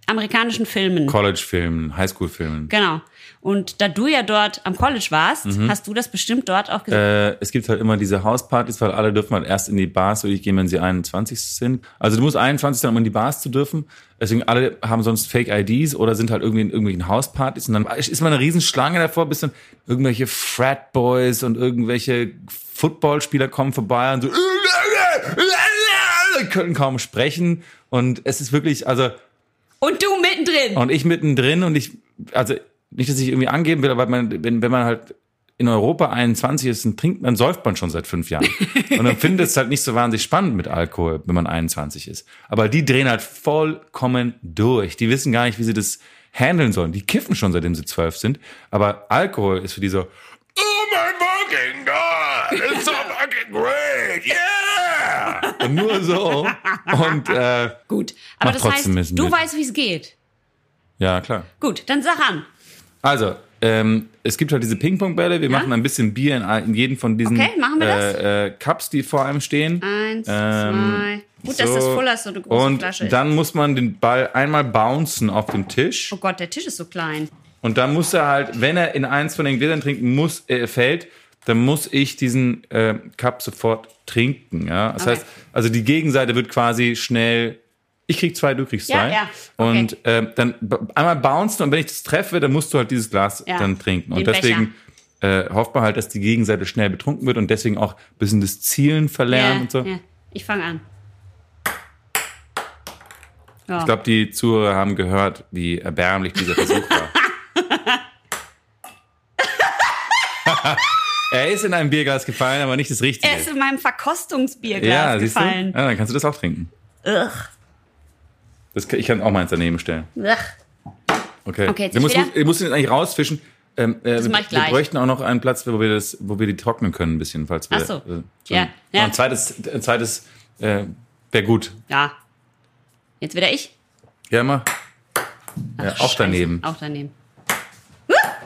[SPEAKER 1] amerikanischen Filmen.
[SPEAKER 2] College-Filmen, Highschool-Filmen.
[SPEAKER 1] genau. Und da du ja dort am College warst,
[SPEAKER 2] Mhm.
[SPEAKER 1] hast du das bestimmt dort auch gesehen.
[SPEAKER 2] Äh, es gibt halt immer diese Hauspartys, weil alle dürfen halt erst in die Bars wirklich gehen, wenn sie 21 sind. Also du musst 21 sein, um in die Bars zu dürfen. Deswegen alle haben sonst Fake-IDs oder sind halt irgendwie in irgendwelchen Hauspartys. Und dann ist mal eine Riesenschlange davor, bis dann irgendwelche Frat-Boys und irgendwelche Footballspieler kommen vorbei und so können kaum sprechen. Und es ist wirklich, also
[SPEAKER 1] Und du mittendrin.
[SPEAKER 2] und ich mittendrin und ich, also nicht, dass ich irgendwie angeben will, aber man, wenn, wenn man halt in Europa 21 ist, dann trinkt, dann säuft man schon seit fünf Jahren. Und dann findet es halt nicht so wahnsinnig spannend mit Alkohol, wenn man 21 ist. Aber die drehen halt vollkommen durch. Die wissen gar nicht, wie sie das handeln sollen. Die kiffen schon, seitdem sie zwölf sind. Aber Alkohol ist für die so, oh my fucking God, it's so fucking great, yeah! Und nur so. Und, äh,
[SPEAKER 1] Gut. Aber
[SPEAKER 2] Macht
[SPEAKER 1] das heißt,
[SPEAKER 2] trotzdem ein
[SPEAKER 1] du
[SPEAKER 2] bisschen.
[SPEAKER 1] weißt, wie es geht.
[SPEAKER 2] ja, klar.
[SPEAKER 1] Gut, dann sag an.
[SPEAKER 2] Also, ähm, es gibt halt diese Ping-Pong-Bälle. Wir machen ein bisschen Bier in, all- in jeden von diesen
[SPEAKER 1] Okay, machen wir das?
[SPEAKER 2] äh, äh, Cups, die vor einem stehen.
[SPEAKER 1] Eins,
[SPEAKER 2] Ähm,
[SPEAKER 1] zwei. Gut, dass das voll ist, so eine große
[SPEAKER 2] und
[SPEAKER 1] Flasche ist.
[SPEAKER 2] dann muss man den Ball einmal bouncen auf dem Tisch.
[SPEAKER 1] Oh Gott, der Tisch ist so klein.
[SPEAKER 2] Und dann muss er halt, wenn er in eins von den Gläsern trinken muss, äh, fällt, dann muss ich diesen äh, Cup sofort trinken. Ja? Das
[SPEAKER 1] Okay.
[SPEAKER 2] heißt, also die Gegenseite wird quasi schnell. Ich krieg zwei, du kriegst
[SPEAKER 1] Ja,
[SPEAKER 2] zwei.
[SPEAKER 1] ja, okay.
[SPEAKER 2] Und ähm, dann b- einmal bouncen und wenn ich das treffe, dann musst du halt dieses Glas
[SPEAKER 1] Ja,
[SPEAKER 2] dann trinken.
[SPEAKER 1] den
[SPEAKER 2] Und deswegen äh, hofft man halt, dass die Gegenseite schnell betrunken wird und deswegen auch ein bisschen das Zielen verlernen
[SPEAKER 1] Ja,
[SPEAKER 2] und so.
[SPEAKER 1] ja. Ich fange an. Ja.
[SPEAKER 2] Ich glaube, die Zuhörer haben gehört, wie erbärmlich dieser Versuch war. er ist in einem Bierglas gefallen, aber nicht das richtige.
[SPEAKER 1] er ist in meinem Verkostungsbierglas
[SPEAKER 2] ja, siehst du? Ja,
[SPEAKER 1] gefallen.
[SPEAKER 2] dann kannst du das auch trinken.
[SPEAKER 1] Ugh.
[SPEAKER 2] Das kann, ich kann auch meins daneben stellen.
[SPEAKER 1] Ugh.
[SPEAKER 2] Okay.
[SPEAKER 1] Okay, jetzt
[SPEAKER 2] du musst,
[SPEAKER 1] wieder-
[SPEAKER 2] du musst ihn jetzt eigentlich rausfischen. Ähm, äh,
[SPEAKER 1] mach ich gleich.
[SPEAKER 2] Wir bräuchten auch noch einen Platz, wo wir das, wo wir die trocknen können, ein bisschen, falls wir.
[SPEAKER 1] Ach so.
[SPEAKER 2] äh, so
[SPEAKER 1] Ja,
[SPEAKER 2] Ein,
[SPEAKER 1] ja.
[SPEAKER 2] Ein zweites, ein zweites äh, wäre gut.
[SPEAKER 1] Ja. Jetzt wieder ich.
[SPEAKER 2] Ja, mal. Ja, auch
[SPEAKER 1] Scheiße.
[SPEAKER 2] daneben.
[SPEAKER 1] Auch daneben.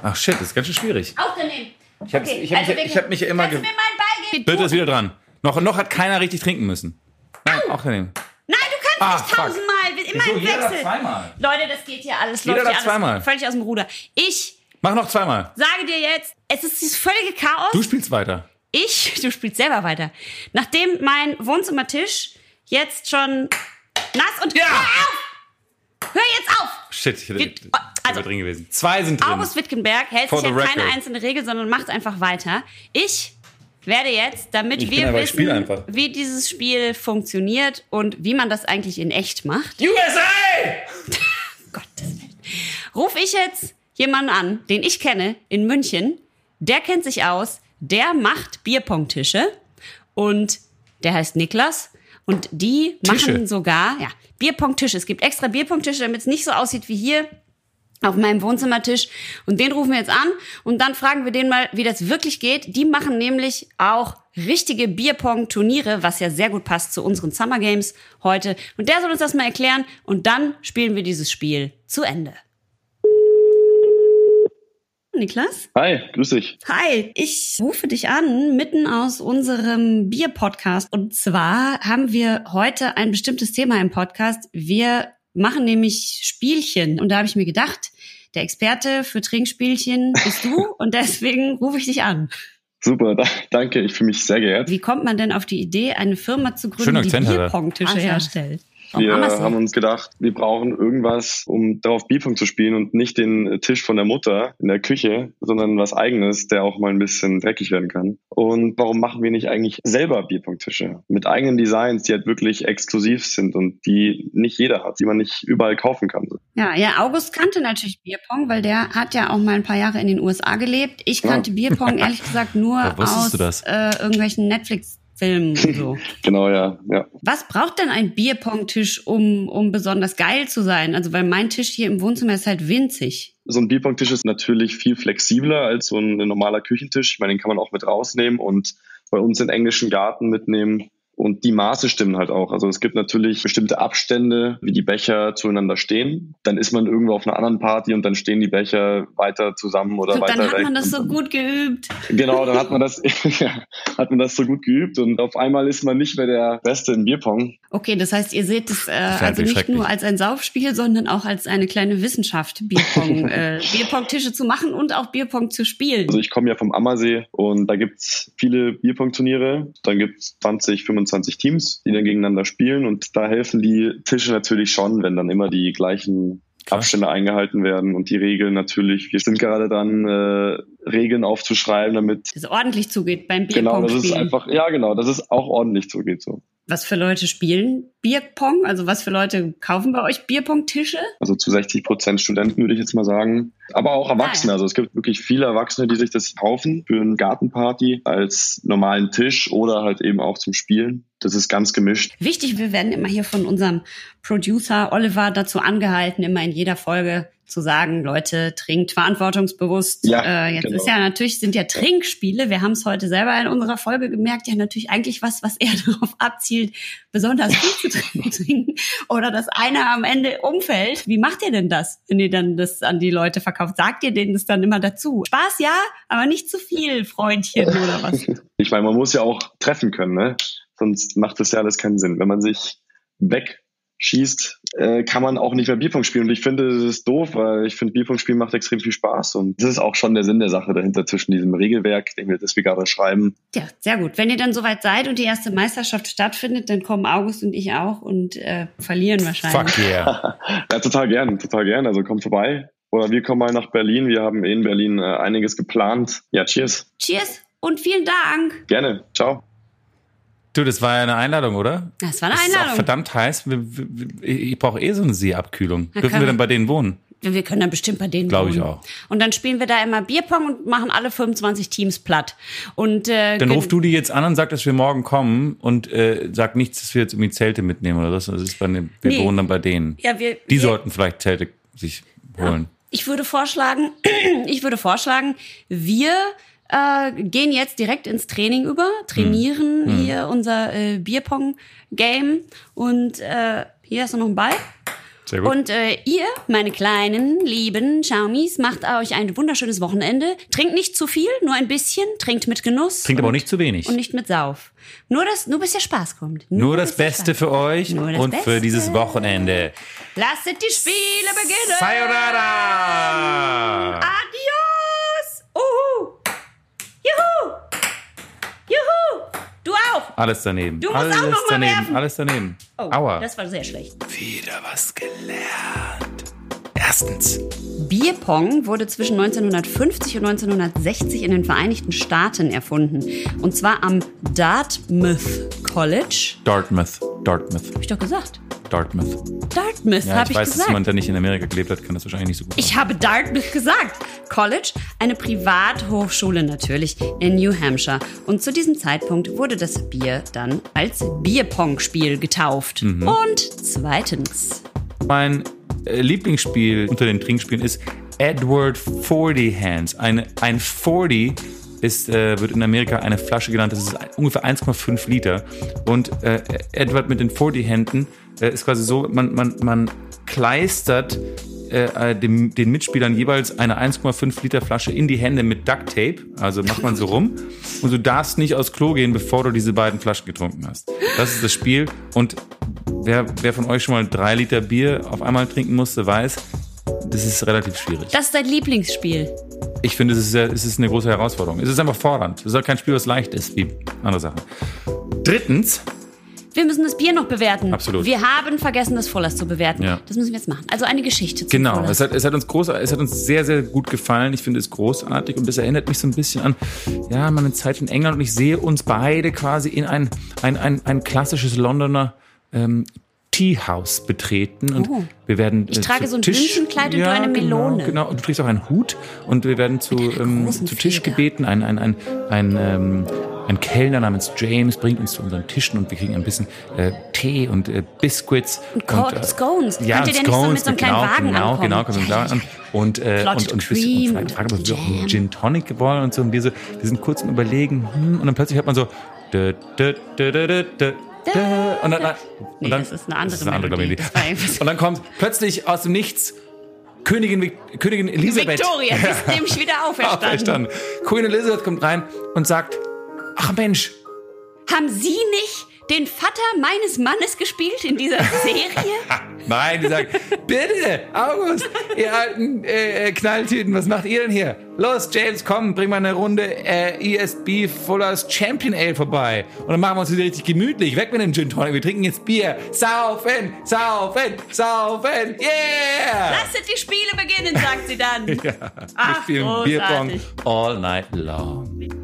[SPEAKER 2] Ach shit, das ist ganz schön schwierig.
[SPEAKER 1] Auch daneben. also
[SPEAKER 2] Ich habe ich hab, mich- ich hab mich ja immer.
[SPEAKER 1] Kannst du
[SPEAKER 2] Ge
[SPEAKER 1] mir meinen Ball geben?
[SPEAKER 2] Bitte ist wieder dran. Noch, noch hat keiner richtig trinken müssen. Nein, auch daneben.
[SPEAKER 1] Nein, du
[SPEAKER 2] Ah,
[SPEAKER 1] kannst nicht
[SPEAKER 2] fuck.
[SPEAKER 1] tausendmal. Immer im Wechsel.
[SPEAKER 2] zweimal.
[SPEAKER 1] Leute, das geht hier alles.
[SPEAKER 2] Jeder
[SPEAKER 1] läuft
[SPEAKER 2] darf
[SPEAKER 1] hier alles
[SPEAKER 2] zweimal.
[SPEAKER 1] Völlig aus dem Ruder. Ich
[SPEAKER 2] Mach noch zweimal.
[SPEAKER 1] sage dir jetzt, es ist dieses völlige Chaos.
[SPEAKER 2] Du spielst weiter.
[SPEAKER 1] ich, du spielst selber weiter. Nachdem mein Wohnzimmertisch jetzt schon nass und. Hör auf! Hör jetzt auf!
[SPEAKER 2] Shit, ich hätte
[SPEAKER 1] Geht-
[SPEAKER 2] also,
[SPEAKER 1] also-
[SPEAKER 2] drin gewesen. Zwei sind drin.
[SPEAKER 1] August Wittgenberg hält
[SPEAKER 2] For
[SPEAKER 1] sich
[SPEAKER 2] the
[SPEAKER 1] an keine
[SPEAKER 2] record.
[SPEAKER 1] einzelne Regel, sondern macht einfach weiter. Ich werde jetzt, damit
[SPEAKER 2] Ich bin
[SPEAKER 1] wir
[SPEAKER 2] aber- ich spiel
[SPEAKER 1] wissen,
[SPEAKER 2] einfach.
[SPEAKER 1] wie dieses Spiel funktioniert und wie man das eigentlich in echt macht,
[SPEAKER 2] USA!
[SPEAKER 1] Gottes Willen, rufe ich jetzt jemanden an, den ich kenne in München. Der kennt sich aus, der macht Bierpongtische und der heißt Niklas und die
[SPEAKER 2] Tische?
[SPEAKER 1] machen sogar ja, Bierpongtische. Es gibt extra Bierpongtische, damit es nicht so aussieht wie hier auf meinem Wohnzimmertisch und den rufen wir jetzt an und dann fragen wir den mal, wie das wirklich geht. Die machen nämlich auch richtige Bierpong-Turniere, was ja sehr gut passt zu unseren Summer Games heute. Und der soll uns das mal erklären und dann spielen wir dieses Spiel zu Ende. Niklas?
[SPEAKER 5] Hi, grüß dich.
[SPEAKER 1] Hi, ich rufe dich an, mitten aus unserem Bier-Podcast. Und zwar haben wir heute ein bestimmtes Thema im Podcast. Wir machen nämlich Spielchen. Und da habe ich mir gedacht, der Experte für Trinkspielchen bist du und deswegen rufe ich dich an.
[SPEAKER 5] Super, da, danke, ich fühle mich sehr geehrt.
[SPEAKER 1] Wie kommt man denn auf die Idee, eine Firma zu gründen,
[SPEAKER 2] Schöner
[SPEAKER 1] die
[SPEAKER 2] Akzent hat er.
[SPEAKER 1] Bierpongtische
[SPEAKER 6] Awesome.
[SPEAKER 1] herstellt? Warum
[SPEAKER 5] Wir
[SPEAKER 1] andersrum?
[SPEAKER 5] haben uns gedacht, wir brauchen irgendwas, um darauf Bierpong zu spielen und nicht den Tisch von der Mutter in der Küche, sondern was eigenes, der auch mal ein bisschen dreckig werden kann. Und warum machen wir nicht eigentlich selber Bierpong-Tische mit eigenen Designs, die halt wirklich exklusiv sind und die nicht jeder hat, die man nicht überall kaufen kann?
[SPEAKER 1] Ja, ja, August kannte natürlich Bierpong, weil der hat ja auch mal ein paar Jahre in den USA gelebt. Ich kannte Bierpong ehrlich gesagt nur
[SPEAKER 2] Woher wusstest
[SPEAKER 1] aus
[SPEAKER 2] du das?
[SPEAKER 1] Äh, irgendwelchen Netflix-Filmen und so.
[SPEAKER 5] Genau, ja, ja.
[SPEAKER 1] Was braucht denn ein Bierpong-Tisch, um, um besonders geil zu sein? Also, weil mein Tisch hier im Wohnzimmer ist halt winzig.
[SPEAKER 5] So ein Bierpong-Tisch ist natürlich viel flexibler als so ein normaler Küchentisch. Ich meine, den kann man auch mit rausnehmen und bei uns in den englischen Garten mitnehmen. Und die Maße stimmen halt auch. Also es gibt natürlich bestimmte Abstände, wie die Becher zueinander stehen. Dann ist man irgendwo auf einer anderen Party und dann stehen die Becher weiter zusammen oder
[SPEAKER 1] So,
[SPEAKER 5] weiter
[SPEAKER 1] dann hat
[SPEAKER 5] weg.
[SPEAKER 1] man das
[SPEAKER 5] Und
[SPEAKER 1] so
[SPEAKER 5] dann-
[SPEAKER 1] gut geübt.
[SPEAKER 5] Genau, dann hat man das, ja, hat man das so gut geübt und auf einmal ist man nicht mehr der Beste im Bierpong.
[SPEAKER 1] Okay, das heißt, ihr seht es äh, also
[SPEAKER 2] wie
[SPEAKER 1] nicht
[SPEAKER 2] schrecklich.
[SPEAKER 1] nur als ein Saufspiel, sondern auch als eine kleine Wissenschaft, Bierpong, äh, Bierpong-Tische zu machen und auch Bierpong zu spielen.
[SPEAKER 5] Also ich komme ja vom Ammersee und da gibt's viele Bierpong-Turniere. Dann gibt's 20, 25 Teams, die dann gegeneinander spielen und da helfen die Tische natürlich schon, wenn dann immer die gleichen
[SPEAKER 2] Klar.
[SPEAKER 5] Abstände eingehalten werden und die Regeln natürlich. Wir sind gerade dran, äh, Regeln aufzuschreiben, damit
[SPEAKER 1] dass es ordentlich zugeht beim
[SPEAKER 5] genau, das ist
[SPEAKER 1] Bierpong-Spielen.
[SPEAKER 5] einfach, ja genau, dass es auch ordentlich zugeht so.
[SPEAKER 1] was für Leute spielen Bierpong? Also was für Leute kaufen bei euch Bierpong-Tische?
[SPEAKER 5] Also zu 60 Prozent Studenten würde ich jetzt mal sagen. Aber auch
[SPEAKER 1] Ah, ja.
[SPEAKER 5] Erwachsene. Also es gibt wirklich viele Erwachsene, die sich das kaufen für eine Gartenparty als normalen Tisch oder halt eben auch zum Spielen. Das ist ganz gemischt.
[SPEAKER 1] Wichtig, wir werden immer hier von unserem Producer Oliver dazu angehalten, immer in jeder Folge zu sagen, Leute, trinkt verantwortungsbewusst.
[SPEAKER 5] Ja,
[SPEAKER 1] äh, jetzt
[SPEAKER 5] genau.
[SPEAKER 1] ist ja natürlich, sind ja Trinkspiele, wir haben es heute selber in unserer Folge gemerkt, ja natürlich eigentlich was, was eher darauf abzielt, besonders viel zu trinken oder dass einer am Ende umfällt. Wie macht ihr denn das, wenn ihr dann das an die Leute verkauft? Sagt ihr denen das dann immer dazu? Spaß ja, aber nicht zu viel, Freundchen oder was?
[SPEAKER 5] Ich meine, man muss ja auch treffen können, ne? Sonst macht das ja alles keinen Sinn. Wenn man sich wegschießt, äh, kann man auch nicht mehr Bierpong spielen. Und ich finde, das ist doof, weil ich finde, Bierpong spielen macht extrem viel Spaß. Und das ist auch schon der Sinn der Sache dahinter zwischen diesem Regelwerk, den wir, das wir gerade schreiben.
[SPEAKER 1] Ja, sehr gut. Wenn ihr dann soweit seid und die erste Meisterschaft stattfindet, dann kommen August und ich auch und äh, verlieren wahrscheinlich.
[SPEAKER 2] Fuck yeah.
[SPEAKER 5] Ja, total gern, total gern. Also kommt vorbei. Oder wir kommen mal nach Berlin. Wir haben in Berlin äh, einiges geplant. Ja, cheers.
[SPEAKER 1] Cheers und vielen Dank.
[SPEAKER 5] Gerne. Ciao.
[SPEAKER 2] Du, das war ja eine Einladung, oder?
[SPEAKER 1] Das war eine
[SPEAKER 2] Das ist auch
[SPEAKER 1] Einladung.
[SPEAKER 2] verdammt heiß. Wir- wir- wir- Ich brauche eh so eine Seeabkühlung.
[SPEAKER 1] Na
[SPEAKER 2] Dürfen
[SPEAKER 1] klar.
[SPEAKER 2] wir dann bei denen wohnen?
[SPEAKER 1] wir können dann bestimmt bei denen
[SPEAKER 2] Glaub ich
[SPEAKER 1] wohnen.
[SPEAKER 2] auch.
[SPEAKER 1] Und dann spielen wir da immer Bierpong und machen alle 25 Teams platt. Und äh,
[SPEAKER 2] Dann
[SPEAKER 1] gen-
[SPEAKER 2] ruf du die jetzt an und sag, dass wir morgen kommen und äh, sag nichts, dass wir jetzt irgendwie Zelte mitnehmen oder so. Das ist bei den, wir
[SPEAKER 1] Nee.
[SPEAKER 2] wohnen dann bei denen.
[SPEAKER 1] Ja, wir,
[SPEAKER 2] Die
[SPEAKER 1] wir,
[SPEAKER 2] sollten vielleicht Zelte sich holen.
[SPEAKER 1] Ich würde vorschlagen, ich würde vorschlagen, wir äh, gehen jetzt direkt ins Training über, trainieren
[SPEAKER 2] Hm.
[SPEAKER 1] hier unser äh, Bierpong-Game und äh, hier hast du noch einen Ball.
[SPEAKER 2] Sehr gut.
[SPEAKER 1] Und äh, ihr, meine kleinen, lieben Xiaomis, macht euch ein wunderschönes Wochenende. Trinkt nicht zu viel, nur ein bisschen. Trinkt mit Genuss.
[SPEAKER 2] Trinkt aber auch nicht zu wenig.
[SPEAKER 1] Und nicht mit Sauf. Nur, das, nur bis der Spaß kommt.
[SPEAKER 2] Nur das
[SPEAKER 1] bis der
[SPEAKER 2] Beste
[SPEAKER 1] Spaß-
[SPEAKER 2] für euch
[SPEAKER 1] Nur das
[SPEAKER 2] und für
[SPEAKER 1] Beste.
[SPEAKER 2] dieses Wochenende.
[SPEAKER 1] Lasset die Spiele beginnen.
[SPEAKER 2] Sayonara!
[SPEAKER 1] Ah. Adios! Uhu! Juhu! Juhu! Du auch!
[SPEAKER 2] Alles daneben.
[SPEAKER 1] Du musst
[SPEAKER 2] alles
[SPEAKER 1] auch noch mal
[SPEAKER 2] daneben.
[SPEAKER 1] werfen.
[SPEAKER 2] Alles daneben.
[SPEAKER 1] Oh,
[SPEAKER 2] Aua.
[SPEAKER 1] das war sehr schlecht.
[SPEAKER 2] Wieder was gelernt. Erstens.
[SPEAKER 1] Bierpong wurde zwischen 1950 und 1960 in den Vereinigten Staaten erfunden. Und zwar am Dartmouth College.
[SPEAKER 2] Dartmouth. Dartmouth.
[SPEAKER 1] Hab ich doch gesagt.
[SPEAKER 2] Dartmouth.
[SPEAKER 1] Dartmouth,
[SPEAKER 2] Ja,
[SPEAKER 1] habe
[SPEAKER 2] ich
[SPEAKER 1] ich,
[SPEAKER 2] weiß, dass
[SPEAKER 1] gesagt.
[SPEAKER 2] jemand, der nicht in Amerika gelebt hat, kann das wahrscheinlich nicht so gut.
[SPEAKER 1] Ich habe Dartmouth gesagt. College, eine Privathochschule natürlich in New Hampshire. Und zu diesem Zeitpunkt wurde das Bier dann als Bierpong-Spiel getauft.
[SPEAKER 2] Mhm.
[SPEAKER 1] Und zweitens.
[SPEAKER 2] Mein äh, Lieblingsspiel unter den Trinkspielen ist Edward 40 Hands. Eine, ein 40 ist, äh, wird in Amerika eine Flasche genannt. Das ist ein, ungefähr 1,5 Liter. Und äh, Edward mit den 40 Händen äh, ist quasi so, man, man, man kleistert äh, äh, dem, den Mitspielern jeweils eine 1,5 Liter Flasche in die Hände mit Duct Tape. Also macht man so rum. Und du darfst nicht aufs Klo gehen, bevor du diese beiden Flaschen getrunken hast. Das ist das Spiel. Und wer, wer von euch schon mal drei Liter Bier auf einmal trinken musste, weiß, das ist relativ schwierig.
[SPEAKER 1] Das ist dein Lieblingsspiel.
[SPEAKER 2] Ich finde, es ist, sehr- es ist eine große Herausforderung. Es ist einfach fordernd. Es ist halt kein Spiel, was leicht ist, wie andere Sachen. Drittens,
[SPEAKER 1] wir müssen das Bier noch bewerten.
[SPEAKER 2] Absolut.
[SPEAKER 1] Wir haben vergessen, das Vollers zu bewerten.
[SPEAKER 2] Ja.
[SPEAKER 1] Das müssen wir jetzt machen. Also eine Geschichte zu
[SPEAKER 2] Genau,
[SPEAKER 1] Vollers.
[SPEAKER 2] es hat, es, hat uns groß, es hat uns sehr, sehr gut gefallen. Ich finde es großartig und das erinnert mich so ein bisschen an ja, meine Zeit in England und ich sehe uns beide quasi in ein, ein, ein, ein klassisches Londoner ähm, Teehouse betreten und
[SPEAKER 1] Oh.
[SPEAKER 2] wir werden
[SPEAKER 1] Ich
[SPEAKER 2] äh,
[SPEAKER 1] trage
[SPEAKER 2] zu
[SPEAKER 1] so ein
[SPEAKER 2] Tisch.
[SPEAKER 1] Blümchenkleid und du
[SPEAKER 2] ja,
[SPEAKER 1] eine Melone.
[SPEAKER 2] Genau, genau, und du trägst auch einen Hut und wir werden zu, ähm,
[SPEAKER 1] großen
[SPEAKER 2] zu Tisch
[SPEAKER 1] Feder.
[SPEAKER 2] gebeten. Ein, ein, ein, ein, ähm, ein Kellner namens James bringt uns zu unseren Tischen und wir kriegen ein bisschen äh, Tee und äh, Biscuits.
[SPEAKER 1] Und Cold Scones.
[SPEAKER 2] äh, Ja,
[SPEAKER 1] Könnt ihr denn nicht so mit so einem kleinen
[SPEAKER 2] genau,
[SPEAKER 1] Wagen
[SPEAKER 2] genau,
[SPEAKER 1] ankommen?
[SPEAKER 2] Genau, kommt mit
[SPEAKER 1] Ja,
[SPEAKER 2] einem Wagen an. Und, äh,
[SPEAKER 1] Clotted
[SPEAKER 2] und, und, ein bisschen-
[SPEAKER 1] Cream
[SPEAKER 2] und fragt,
[SPEAKER 1] und
[SPEAKER 2] ob wir auch
[SPEAKER 1] Jam.
[SPEAKER 2] einen Gin Tonic wollen und so. Und wir, so, wir sind kurz im Überlegen. Hm, und dann plötzlich hört man so. dö, dö, dö, dö, dö, dö, dö. Und dann,
[SPEAKER 1] Nee,
[SPEAKER 2] und dann,
[SPEAKER 1] das ist eine andere Melodie.
[SPEAKER 2] Melodie.
[SPEAKER 1] Das war irgendwas-
[SPEAKER 2] Und dann kommt plötzlich aus dem Nichts Königin, Vic- Königin Elisabeth.
[SPEAKER 1] Victoria, die ist nämlich wieder auferstanden.
[SPEAKER 2] Auferstanden. Queen Elizabeth kommt rein und sagt, ach Mensch,
[SPEAKER 1] Haben Sie nicht den Vater meines Mannes gespielt in dieser Serie?
[SPEAKER 2] Nein, die sagen, bitte, August, ihr alten äh, äh, Knalltüten, was macht ihr denn hier? Los, James, komm, bring mal eine Runde äh, ESB Fullers Champion Ale vorbei. Und dann machen wir uns wieder richtig gemütlich. Weg mit dem Gin Tonic, wir trinken jetzt Bier. Saufen, saufen, saufen, yeah!
[SPEAKER 1] Lasset die Spiele beginnen, sagt sie dann. Ach,
[SPEAKER 2] Wir spielen
[SPEAKER 1] großartig.
[SPEAKER 2] all night long.